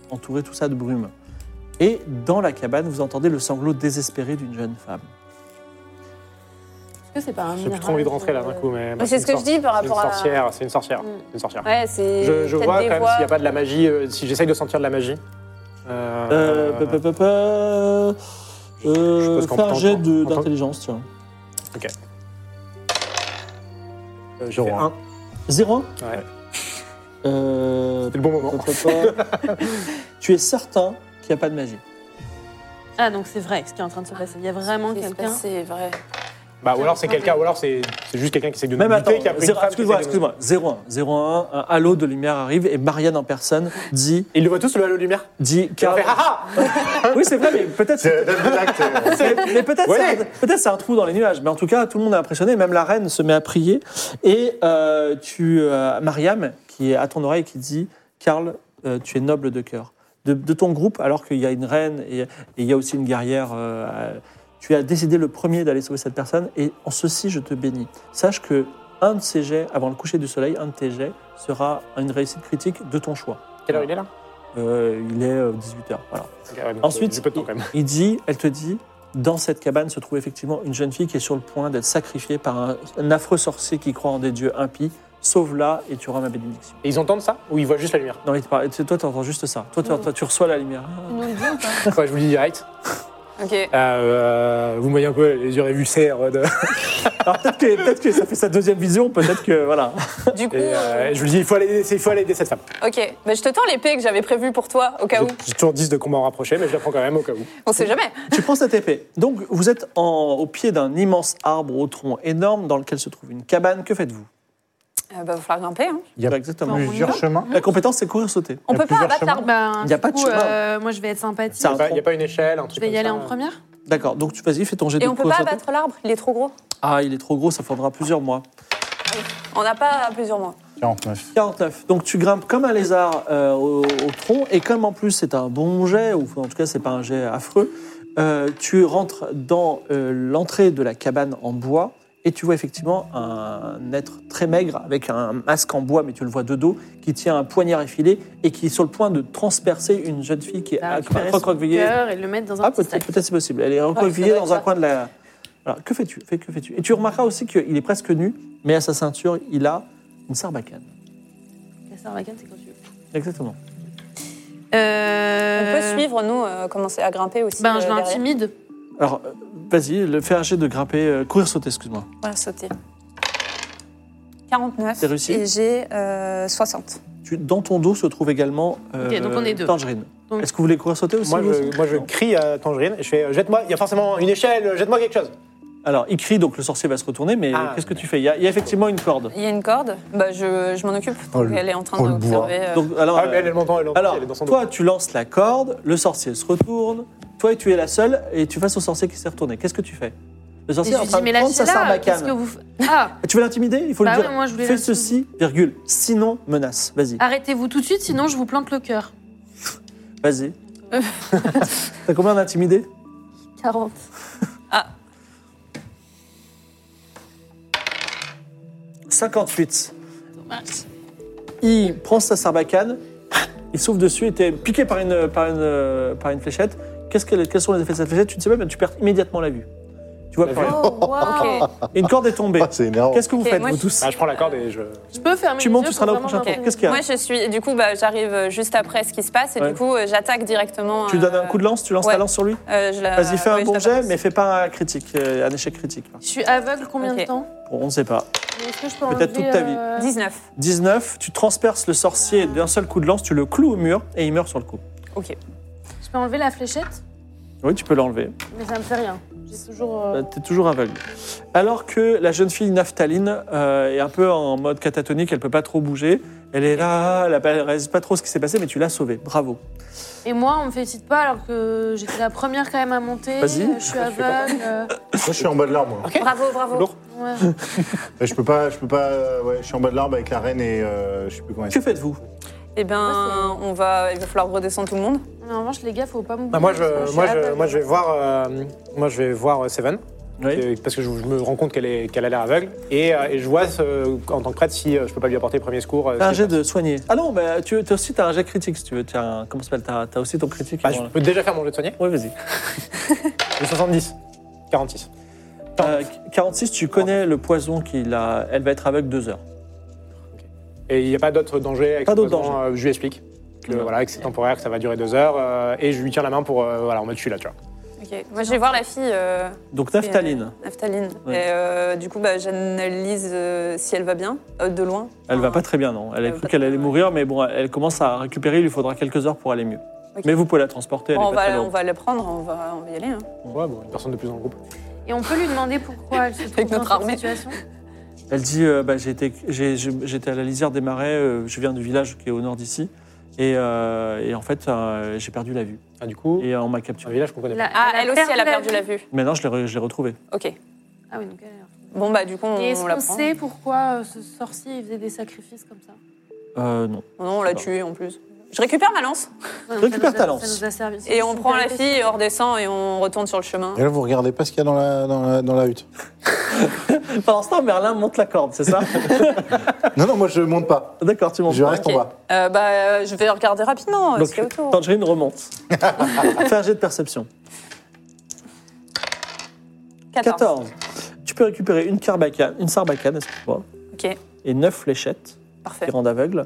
A: entourée tout ça de brume. Et dans la cabane, vous entendez le sanglot désespéré d'une jeune femme.
E: Est-ce que c'est pas un
D: J'ai plus
E: minéral,
D: trop envie de rentrer là d'un
E: euh,
D: coup. Mais
B: Mais c'est ce que je dis par
D: C'est une
B: rapport à.
D: sorcière, c'est une sorcière.
E: Mm.
D: c'est une sorcière.
B: Ouais, c'est.
D: Je, je
B: peut-être
D: vois
B: des
D: quand même
B: voix.
D: s'il n'y a pas de la magie, euh, si j'essaye de sentir de la magie. Euh,
A: Euh, pa- pa- pa- pa- euh,
D: pense qu'en
A: fais un
D: tant-
A: jet de-
D: en tant-
A: d'intelligence, tiens.
D: euh, je fais
C: Zéro,
D: un.
C: hein.
A: Zéro
D: Ouais.
A: Euh,
D: C'est le bon
A: pa-
D: moment.
A: pa- pa- tu es certain qu'il n'y a pas de magie.
E: Ah, donc c'est vrai ce qui est en train de se passer. Il y a vraiment
B: Qu'est-ce qui se
E: quelqu'un.
B: passe C'est vrai.
D: Bah, ou alors c'est quelqu'un, ou alors c'est c'est juste quelqu'un qui essaie de nous
A: Même attends,
D: buter, qui a pris une
A: zéro-
D: femme. qui
A: excuse-moi,
D: essaie de nous-
A: excuse-moi, 01, 01, un halo de lumière arrive et Marianne en personne dit,
D: Ils le voient tous, le halo de lumière
A: dit,
D: Et on fait Ah,
A: Car-
D: haha
A: oui c'est vrai, mais peut-être
C: C'est la dame de l'acte. euh,
A: Mais, mais peut-être
D: Ouais.
A: c'est un- peut-être c'est un, trou dans les nuages. Mais en tout cas, tout le monde est impressionné. Même la reine se met à prier. Et euh, tu, euh, Mariam, qui est à ton oreille, qui dit Karl, euh, tu es noble de cœur. De, de ton groupe, alors qu'il y a une reine et et il y a aussi une guerrière, euh, à- tu as décidé le premier d'aller sauver cette personne. Et en ceci, je te bénis. Sache que un de ces jets, avant le coucher du soleil, un de tes jets sera une réussite critique de ton choix.
D: Quelle heure il est là
A: Euh, il est 18h. Voilà.
D: Ok, ouais, donc, euh,
A: Ensuite,
D: j'ai peu de temps quand même.
A: il dit, elle te dit, dans cette cabane se trouve effectivement une jeune fille qui est sur le point d'être sacrifiée par un, un affreux sorcier qui croit en des dieux impies. Sauve-la et tu auras ma bénédiction.
D: Et ils entendent ça Ou ils voient juste la lumière
A: Non, mais tu parles- tu- toi, tu entends juste ça. Toi, tu,
E: Non.
A: toi, tu reçois la lumière.
E: Tu nous le dis ou pas
D: Ouais, je vous le dis direct.
B: Ok.
D: Euh, vous me voyez un peu les yeux révulsaires. De...
A: Alors peut-être que, peut-être que ça fait sa deuxième vision, peut-être que voilà.
B: Du coup,
D: Et, euh, je vous le dis, il faut aller aider, il faut aller aider cette femme.
B: euh, ok. Mais je te tends l'épée que j'avais prévue pour toi, au cas où.
D: J'ai toujours 10 de combats en rapproché, mais je la prends quand même au cas où.
B: On sait jamais.
A: Tu prends cette épée. Donc vous êtes en- au pied d'un immense arbre au tronc énorme dans lequel se trouve une cabane. Que faites-vous
B: Euh, bah, va falloir grimper. Hein.
C: Il y a
A: Exactement.
E: Non.
C: Plusieurs chemins.
A: La compétence c'est courir sauter.
B: On
C: y a
B: peut pas
C: plusieurs
B: abattre
C: chemins.
B: l'arbre.
A: Y
E: Ben,
A: a
E: du
A: pas de
E: coup,
A: chemin.
E: euh, moi, je vais être sympathique.
A: C'est un
D: Il n'y a,
A: tronc.
D: pas une échelle, un truc
E: Je vais y
D: comme
E: aller
D: ça.
E: en première
A: D'accord. Donc tu vas-y, fais ton jet de
B: Et on peut
A: courir
B: pas
A: sauter.
B: abattre l'arbre, il est trop gros.
A: Ah, il est trop gros, ça faudra plusieurs mois.
B: On n'a pas plusieurs mois.
C: 49.
A: 49. Donc tu grimpes comme un lézard euh, au, au tronc et comme en plus c'est un bon jet, ou en tout cas c'est pas un jet affreux, euh, tu rentres dans euh, l'entrée de la cabane en bois et tu vois effectivement un être très maigre avec un masque en bois, mais tu le vois de dos, qui tient un poignard effilé et qui est sur le point de transpercer une jeune fille qui est
B: Ah,
E: Bah, récupérer son
A: recroquevillée.
E: cœur et le mettre dans un
A: Ah,
E: petit
A: peut-être
E: sac.
A: peut-être c'est possible. Elle est recroquevillée
B: doit être
A: dans un
B: ça.
A: coin de la. Voilà. que fais-tu Fais- Que fais-tu Et tu remarqueras aussi qu'il est presque nu, mais à sa ceinture, il a une sarbacane.
E: La sarbacane, c'est quand tu veux.
A: Exactement.
B: On
E: Euh,
B: peut suivre, nous, euh, commencer à grimper aussi.
E: Ben,
B: euh,
E: je
B: derrière.
E: l'intimide.
A: Alors, euh, vas-y, le- fais un jet de grimper, euh, courir sauter, excuse-moi.
B: Voilà, sauter. 49.
A: T'as réussi
B: Et j'ai euh, 60.
A: Tu, dans ton dos se trouve également euh,
E: Ok, donc on est deux.
A: Tangerine.
E: Donc-
A: Est-ce que vous voulez courir sauter aussi
D: Moi,
A: vous
D: je, moi, je crie à Tangerine, je fais euh, jette-moi, il y a forcément une échelle, euh, jette-moi quelque chose.
A: Alors, il crie, donc le sorcier va se retourner, mais
D: Ah.
A: qu'est-ce que tu fais il y, a, il y a effectivement une corde.
B: Il y a une corde, bah, je, je m'en occupe.
C: Oh,
B: Donc,
C: le-
B: elle est en train
C: oh, le
B: d'observer. euh,
A: Donc, alors,
D: Ah, mais
A: euh,
D: elle, elle m'entend, elle l'entend,
A: alors
D: elle est dans son dos.
A: toi, tu lances la corde, le sorcier se retourne, toi, tu es la seule, et tu face au sorcier qui s'est retourné. Qu'est-ce que tu fais Le
E: Et
A: sorcier
E: je
A: est en
E: lui
A: train
E: dis,
A: de
E: mais
A: prendre sa
E: lâchez-la, qu'est-ce
A: sarbacane.
E: que vous... f- Ah,
A: Tu veux l'intimider Il faut
E: Bah
A: lui
E: ouais,
A: dire,
E: moi, je voulais
A: fais
E: l'intimider. Ah.
A: ceci, virgule, sinon menace. Vas-y,
E: arrêtez-vous tout de suite, sinon je vous plante le cœur.
A: vas-y. T'as combien d'intimidés
E: 40.
B: Ah,
A: 58. Il prend sa sarbacane, il s'ouvre dessus, il était piqué par une, par une, par une fléchette. Qu'est-ce qu'elle- quels sont les effets de cette fléchette Tu ne sais pas, mais tu perds immédiatement la vue. Tu vois
D: La
A: plus rien.
E: Oh, wow.
A: Et Une corde est tombée.
C: Ah, c'est énorme.
A: Qu'est-ce que vous
B: Ok,
A: faites,
B: moi,
A: vous
B: je-
A: tous
D: Ah, je prends la corde et je.
E: Je peux fermer
A: Tu
E: les
A: montes,
E: yeux
A: tu seras là au
E: pour
A: prochain
E: vraiment
A: tour.
E: m'informer.
A: Qu'est-ce qu'il y a
B: Moi, je suis. Du coup, bah, j'arrive juste après ce qui se passe et
A: Ouais.
B: du coup, euh, j'attaque directement.
A: Tu
B: euh,
A: lui donnes un coup de lance, tu lances ta
B: ouais.
A: lance sur lui
B: euh, je la-
A: Vas-y, fais
B: ouais,
A: un
B: je
A: bon
B: la
A: jet,
B: balance.
A: mais fais pas un critique, euh, un échec critique.
E: Je suis aveugle combien
B: Ok.
E: de temps
A: Bon, on ne sait pas.
E: Est-ce que je peux
A: Peut-être
E: enlever,
A: toute ta vie.
E: euh,
B: 19.
A: 19, tu transperces le sorcier d'un seul coup de lance, tu le cloues au mur et il meurt sur le coup.
B: Ok.
E: Je peux enlever la fléchette
A: Oui, tu peux l'enlever.
E: Mais ça me fait rien. J'ai toujours... euh,
A: Euh, T'es toujours aveugle. Alors que la jeune fille naphtaline euh, est un peu en mode catatonique, elle peut pas trop bouger. Elle est là, elle a pas- elle réalise pas trop ce qui s'est passé, mais tu l'as sauvée. Bravo.
E: Et moi, on me félicite pas alors que j'étais la première quand même à monter.
A: Vas-y.
E: Euh, Je suis aveugle. euh,
C: Moi, je suis en bas de l'arbre. moi.
B: Bravo, bravo.
D: Lourd.
E: ouais.
C: Et Je peux pas, je peux pas. euh, Ouais, je suis en bas de l'arbre avec la reine et euh, je sais plus comment. elle
A: Que faites-vous
B: Eh ben, on va. Il va falloir redescendre tout le monde.
E: Mais en revanche, les gars, faut pas
A: Ah,
E: m'oublier.
D: Bah, moi,
E: parce que
D: je,
E: suis
D: moi, je,
E: aveugle.
D: moi, je vais voir, euh, moi, je vais voir euh, Seven.
A: Oui.
D: Euh, Parce que je, je me rends compte qu'elle est- qu'elle a l'air aveugle. Et, euh, et je vois, ce- en tant que prêtre, si euh, je peux pas lui apporter le premier secours. euh,
A: T'as un
D: si-
A: jet de soigner. Ah non, bah, tu as aussi t'as un jet critique si tu veux. T'as un- comment ça s'appelle T'as- T'as aussi ton critique.
D: Bah,
A: voilà.
D: je peux déjà faire mon jet de soigner.
A: Oui, vas-y.
D: J'ai 70. 46.
A: Euh, 46, tu connais le poison qu'il a. Elle va être aveugle deux heures.
D: Et il n'y a pas d'autres dangers avec
A: Pas
D: ce
A: d'autres
D: poison,
A: dangers.
D: euh, Je lui explique que,
A: Non.
D: voilà, que c'est temporaire, que ça va durer deux heures. euh, et je lui tiens la main pour. euh, voilà, en mode je suis là, tu vois.
B: Ok. Moi, je vais voir la fille. euh,
A: Donc naphtaline,
B: Naphtaline.
A: Ouais.
B: Et euh, du coup, bah, j'analyse euh, si elle va bien, euh, de loin.
A: elle va pas très bien, non Elle a
B: Elle va
A: cru
B: pas
A: qu'elle
B: très
A: allait
B: bien,
A: mourir, mais bon, elle commence à récupérer. Il lui faudra quelques heures pour aller mieux.
B: Ok.
A: Mais vous pouvez la transporter. Elle
B: Bon,
A: est
B: on,
A: pas très
B: va,
A: loin.
B: on va le prendre, on va, on va y aller. hein.
D: Ouais, bon, une personne de plus dans le groupe.
E: Et on peut lui demander pourquoi elle se trouve
B: Avec
E: dans
B: notre
E: cette
B: armée.
E: situation.
A: Elle dit euh, bah, j'ai été- j'ai- j'ai- J'étais à la lisière des marais, euh, je viens du village qui est au nord d'ici, et, euh, et en fait, euh, j'ai perdu la vue.
D: Enfin, Ah, du coup,
A: Et euh, on m'a
D: un
A: capturé.
D: village qu'on connaît pas.
E: La-
B: Ah, elle aussi, elle a
E: perdu
B: perdu la vue.
A: Maintenant, je l'ai re- je l'ai retrouvée.
B: Ok.
E: Ah oui, donc elle a-
B: Bon, bah, du coup, on,
E: Et est-ce
B: on la
E: qu'on
B: prend.
E: sait pourquoi euh, ce sorcier il faisait des sacrifices comme ça
A: Euh, non.
B: Non, on l'a tuée en plus. Je récupère ma lance
E: Ouais, donc
A: Récupère
E: ça nous a-
A: ta lance.
E: ça nous a servi.
B: et on
E: C'est
B: prend la
E: une
B: fille, on redescend et on retourne sur le chemin.
C: est. Et là, vous regardez pas ce qu'il y a dans la, dans la, dans la hutte.
A: Pendant ce temps, Merlin monte la corde, c'est ça
C: Non, non, moi je monte pas.
A: D'accord, tu montes.
C: Je reste
B: Ok.
C: en bas.
B: Euh, bah, euh, je vais regarder rapidement euh, ce
A: Donc,
B: qu'il y a autour.
A: Tangerine remonte. Fais un jet de perception. 14. Tu peux récupérer une, carbacane, une sarbacane, excuse-moi,
B: Ok,
A: et 9 fléchettes
B: parfait.
A: qui rendent aveugle.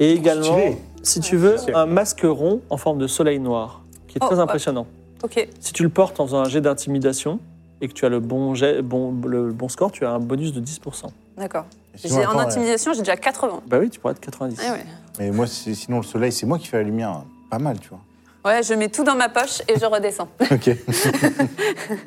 A: Et également,
C: Stylé.
A: si tu veux,
D: Stylé.
A: un masque rond en forme de soleil noir, qui est
B: Oh,
A: très
B: hop.
A: impressionnant.
B: Ok.
A: Si tu le portes en faisant un jet d'intimidation et que tu as le bon, jet, bon, le bon score, tu as un bonus de 10%.
B: D'accord.
C: Sinon,
B: J'ai-
C: attends,
B: En intimidation, j'ai déjà 80.
A: Bah oui, tu pourras être 90.
B: Ah Ouais, ouais.
C: Mais moi, c'est- sinon, le soleil, c'est moi qui fais la lumière. hein. Pas mal, tu vois.
B: ouais, je mets tout dans ma poche et je redescends.
C: Ok.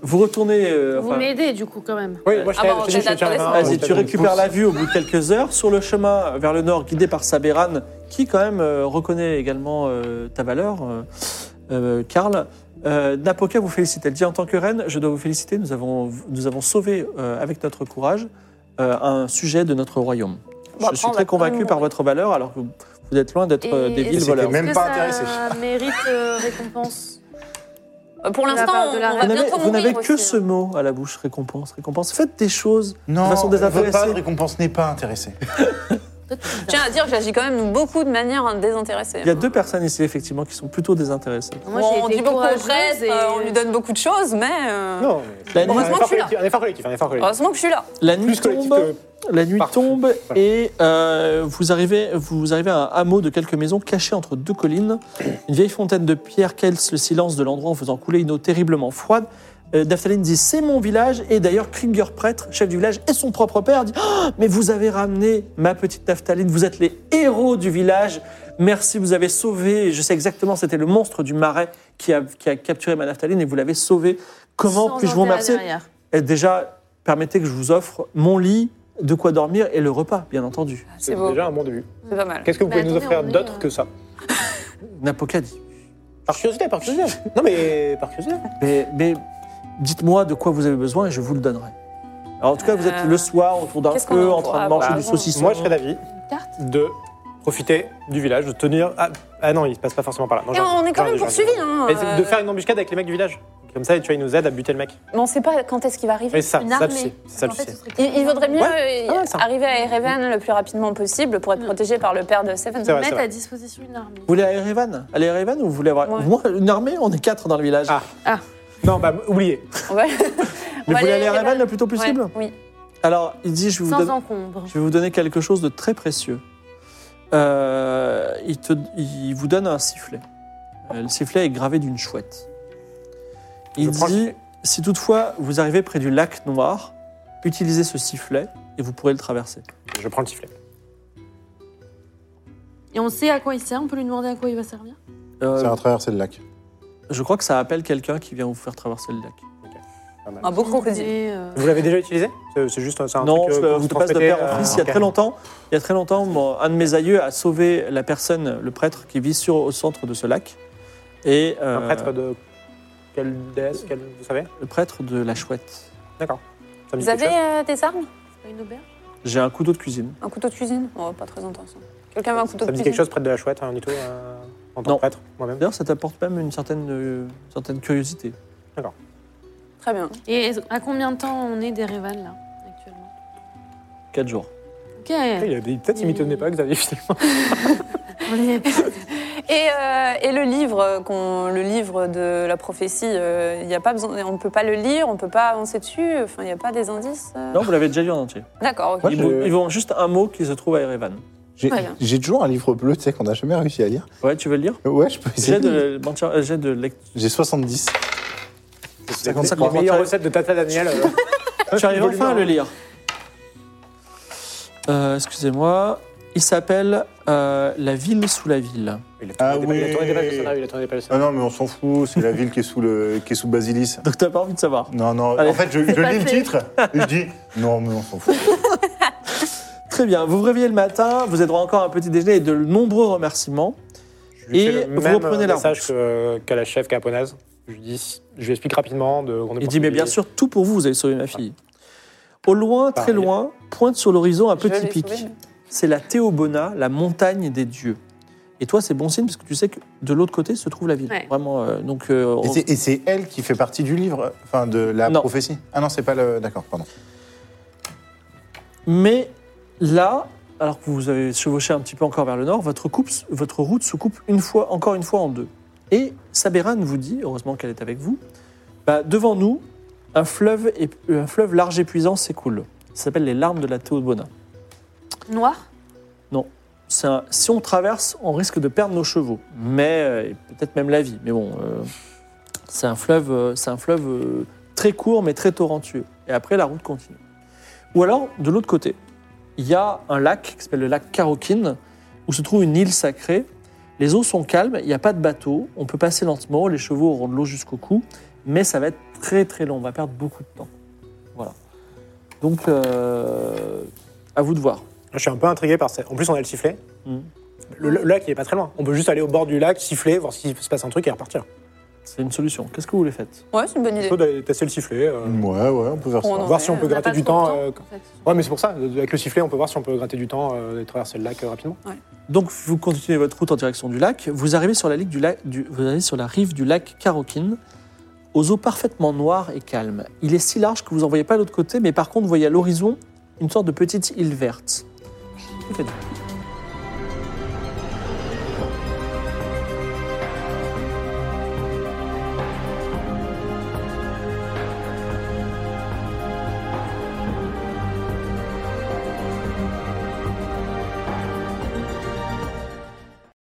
A: Vous retournez. euh,
E: Vous
A: enfin,
E: m'aidez du coup quand même.
D: Oui, moi je
B: Ah
D: t'aide,
B: bon,
D: je te dis, je te
B: j'aide
D: tiens la
B: à
D: main.
A: Vas-y, tu récupères la vue au bout de quelques heures sur le chemin vers le nord, guidé par Saberan, qui quand même euh, reconnaît également euh, ta valeur, euh, euh, Karl. Euh, Napoca vous félicite. Elle dit en tant que reine, je dois vous féliciter. Nous avons, nous avons sauvé euh, avec notre courage euh, un sujet de notre royaume.
B: Bon,
A: je
B: après,
A: suis
B: on
A: très
B: va
A: convaincu
B: prendre-
A: par votre valeur, alors que vous, vous êtes loin d'être
E: Et-
A: euh, des
E: et
A: villes
C: c'était
A: voleurs.
C: même-
E: Est-ce que
C: pas
E: ça
C: intéressé.
E: mérite euh, récompense
B: Euh, Pour
E: De la part
B: l'instant, on,
E: de la
B: on va
A: Vous n'avez-
B: bientôt
A: vous n'avez
B: mourir
A: que
B: aussi,
A: ce
B: hein.
A: mot à la bouche, récompense, récompense. Faites des choses
C: Non,
A: de façon
C: on veut pas
A: désintéressée.
C: de récompense n'est pas intéressé.
B: Je tiens à dire que j'agis quand même beaucoup de manière hein, désintéressée.
A: Il y a deux personnes ici, effectivement, qui sont plutôt désintéressées.
E: Moi,
B: Bon,
E: j'ai
B: on
E: été
B: dit beaucoup au
E: courageuse
B: prêtre,
E: et-
B: euh, on lui donne beaucoup de choses, mais euh,
D: Non, mais-
A: Heureusement que
B: je
D: Un effort
B: suis là.
D: collectif, Un effort collectif, un effort collectif.
B: heureusement que je suis là.
A: La nuit
D: Plus collectif
A: tombe,
D: que.
A: la nuit
D: Parfait.
A: tombe
D: Voilà.
A: et euh, vous, arrivez, vous arrivez à un hameau de quelques maisons cachées entre deux collines. Une vieille fontaine de pierre calce le silence de l'endroit en faisant couler une eau terriblement froide. Euh, Daphtaline dit c'est mon village et d'ailleurs Kringer prêtre, chef du village et son propre père dit Ah, mais vous avez ramené ma petite Daphtaline, vous êtes les héros du village. Merci, vous avez sauvé. Je sais exactement, c'était le monstre du marais qui a, qui a capturé ma Daphtaline et vous l'avez sauvé. Comment
E: sans
A: puis-je vous
E: intérêt
A: remercier
E: derrière.
A: et Eh, déjà, permettez que je vous offre mon lit, de quoi dormir et le repas, bien entendu.
B: C'est beau,
D: déjà un bon début.
B: c'est pas mal.
D: Qu'est-ce que vous
E: Bah,
D: pouvez nous
E: attendez,
D: offrir
E: on est,
D: d'autre
E: euh,
D: que ça
A: Napoca dit.
D: Par curiosité, par curiosité. Non, mais par curiosité.
A: Mais, mais dites-moi de quoi vous avez besoin et je vous le donnerai. Alors, en tout cas, vous êtes le soir autour d'un
B: Euh, qu'est-ce qu'on
A: feu,
B: a
A: en train de
B: Ah,
A: manger
B: bah,
A: du
B: bon.
A: saucisson.
D: Moi, je serais d'avis
F: Carte
D: de profiter du village, de tenir. Ah, ah non, il se passe pas forcément par là. Non,
B: Et
D: j'ai raison,
B: Eh, on est quand
D: j'ai
B: même
D: raison, j'ai
B: poursuivis.
D: raison.
B: Hein,
D: Mais c'est de
B: euh,
D: faire une embuscade avec les mecs du village. Comme ça, tu vois, ils nous aident à buter le mec.
F: Mais on sait pas quand est-ce qu'il va arriver.
D: Mais
A: Ah,
D: ça,
E: Une
D: c'est ça le
E: armée.
D: souci. C'est ça le
E: En fait,
D: souci.
E: ce serait-
B: Il, il vaudrait mieux
D: Ouais.
B: euh,
D: Ah ouais, ça.
B: arriver à Erevan le plus rapidement possible
E: Mm.
B: pour être protégé par le père de Seven.
D: C'est vrai.
E: Mettre à disposition une armée.
A: Vous voulez à Erevan Aller à Erevan ou vous voulez avoir.
B: Ouais.
A: Moi, une armée, on est quatre dans le village.
D: Ah. Non, bah, oubliez.
B: On va-
A: mais
B: va
A: vous voulez aller à
B: Erevan.
A: Erevan le plus tôt possible
B: Ouais, Oui.
A: Alors, il dit je vais vous
E: Sans
A: donner.
E: encombre.
A: Je vais vous donner quelque chose de très précieux. Euh, il, te- il vous donne un sifflet. Euh, le sifflet est gravé d'une chouette. Il
D: Je prends le
A: dit
D: sifflet.
A: si toutefois vous arrivez près du lac noir, utilisez ce sifflet et vous pourrez le traverser.
D: Je prends le sifflet.
E: Et on sait à quoi il sert, on peut lui demander à quoi il va servir.
A: Euh,
C: C'est à traverser le lac.
A: je crois que ça appelle quelqu'un qui vient vous faire traverser le lac.
B: Un beau crocodile.
E: Et, euh,
D: Vous l'avez déjà utilisé C'est c'est juste un, c'est un
A: non,
D: truc. euh,
A: je
D: que
A: vous passe de père
D: transmettez,
A: en
D: euh,
A: fils. Il y a
D: ok.
A: très longtemps, il y a très longtemps, mon- un de mes aïeux a sauvé la personne, le prêtre qui vit sur au centre de ce lac. Et
D: Un
A: euh,
D: prêtre de. Quelle déesse quelle- Vous savez
A: le prêtre de la chouette.
D: D'accord. Ça me dit
B: Vous
D: quelque
B: avez
D: chose.
B: euh, des armes
E: c'est pas une auberge
A: J'ai un couteau de cuisine.
B: Un couteau de cuisine Oh, Pas très intéressant. Quelqu'un veut un couteau
D: Ça
B: de
D: me dit
B: cuisine
D: quelque chose, prêtre de la chouette, hein, du tout euh, En tant
A: Non.
D: que prêtre, moi-même.
A: D'ailleurs, ça t'apporte même une certaine, euh, une certaine curiosité.
B: Très bien.
E: Et est-ce- à combien de temps on est d'Erevan là, actuellement
A: 4 jours.
E: Ok.
D: Il a peut-être imité une époque, Xavier, finalement.
E: On est-
B: Et, euh, et le livre, euh, qu'on- le livre de la prophétie, euh, il y a pas besoin, on peut pas le lire, on peut pas avancer dessus. Enfin, il n'y a pas des indices. euh
A: Non, vous l'avez déjà lu en entier.
B: D'accord. ok.
C: Moi,
A: ils,
C: je-
A: vont, ils vont juste un mot qui se trouve à Erevan.
C: J'ai
B: Très bien.
C: j'ai toujours un livre bleu, tu sais, qu'on n'a jamais réussi à lire.
A: Ouais, tu veux le lire
C: Ouais, je peux
A: J'ai
C: essayer.
A: de, mentir- euh, jet de lecture.
C: J'ai 70.
D: C'est comme ça
A: qu'on
D: les meilleures
A: rentre-
D: recettes de Tata Daniel. euh,
A: Ah Tu arrives
D: volume
A: enfin à
D: un.
A: le lire. Euh, Excusez-moi. Il s'appelle euh, La ville sous la ville.
D: Il a
C: Ah
D: tourné des pages- il a tourné des pages de
C: oui.
D: scénario, il a tourné des pages de
C: Ah
D: scénario.
C: non, mais on s'en fout, c'est la ville qui est sous, le, qui est sous Basilis.
A: Donc t'as pas envie de savoir.
C: Non, non,
A: Allez.
C: en fait, je, je
E: pas
C: lis le
E: fait.
C: titre et je dis non, mais on s'en fout.
A: Très bien. Vous vous réveillez le matin, vous êtes encore à un petit déjeuner et de nombreux remerciements.
D: Je lui
A: Et
D: fais le
A: vous
D: même
A: reprenez la
D: message
A: route.
D: que- qu'à la chef caponaise. Je lui dis, je lui explique rapidement. De, on est
A: Il dit Mais bien
D: parti-
A: sûr, tout pour vous, vous avez sauvé ma fille. Au loin, très
D: Pareil.
A: loin, pointe sur l'horizon un
B: Je
A: petit
B: l'ai
A: pic.
B: trouvé.
A: c'est la Théobona, la montagne des dieux. Et toi, c'est bon signe parce que tu sais que de l'autre côté se trouve la ville.
E: Ouais.
A: Vraiment. euh, donc, euh,
C: Et
A: on-
C: c'est- Et c'est elle qui fait partie du livre, enfin de la
A: Non.
C: prophétie. Ah non, c'est pas le. D'accord, pardon.
A: mais là, alors que vous avez chevauché un petit peu encore vers le nord, votre, coupe, votre route se coupe une fois, encore une fois en deux. Et Saberan vous dit, heureusement qu'elle est avec vous, bah, devant nous, un fleuve, et, un fleuve large et puissant s'écoule. Ça s'appelle les larmes de la Théobona.
E: Noir
A: C'est un- si on traverse, on risque de perdre nos chevaux, mais euh, et peut-être même la vie. Mais bon, euh, C'est un fleuve, euh, c'est un fleuve euh, très court mais très torrentueux. Et après, la route continue. Ou alors, de l'autre côté, il y a un lac qui s'appelle le lac Karokin, où se trouve une île sacrée. Les eaux sont calmes, il n'y a pas de bateau, on peut passer lentement, les chevaux auront de l'eau jusqu'au cou, mais ça va être très très long, on va perdre beaucoup de temps. Voilà. Donc, euh, à vous de voir.
D: Je suis un peu intrigué par ça. En plus, on a le sifflet.
A: Mhm.
D: Le, le lac, il est pas très loin. On peut juste aller au bord du lac, siffler, voir s'il se passe un truc et repartir.
A: C'est une solution. Qu'est-ce que vous voulez faire
B: Ouais, c'est une bonne idée.
D: Plutôt d'aller tester le sifflet, euh,
A: Mm.
C: Ouais, ouais, on peut faire ça.
B: On en-
D: voir si on peut
B: On
D: gratter
E: pas
D: du
E: trop
D: temps.
E: de temps,
D: euh,
E: en fait.
D: Ouais, mais c'est pour ça. Avec le sifflet, on peut voir si on peut gratter du temps euh, et traverser le lac euh, rapidement.
A: Donc vous continuez votre route en direction du lac. Vous arrivez sur la, ligue du lac, du- vous arrivez sur la rive du lac Karokin, aux eaux parfaitement noires et calmes. Il est si large que vous n'en voyez pas de l'autre côté, mais par contre vous voyez à l'horizon une sorte de petite île verte. Que faites-vous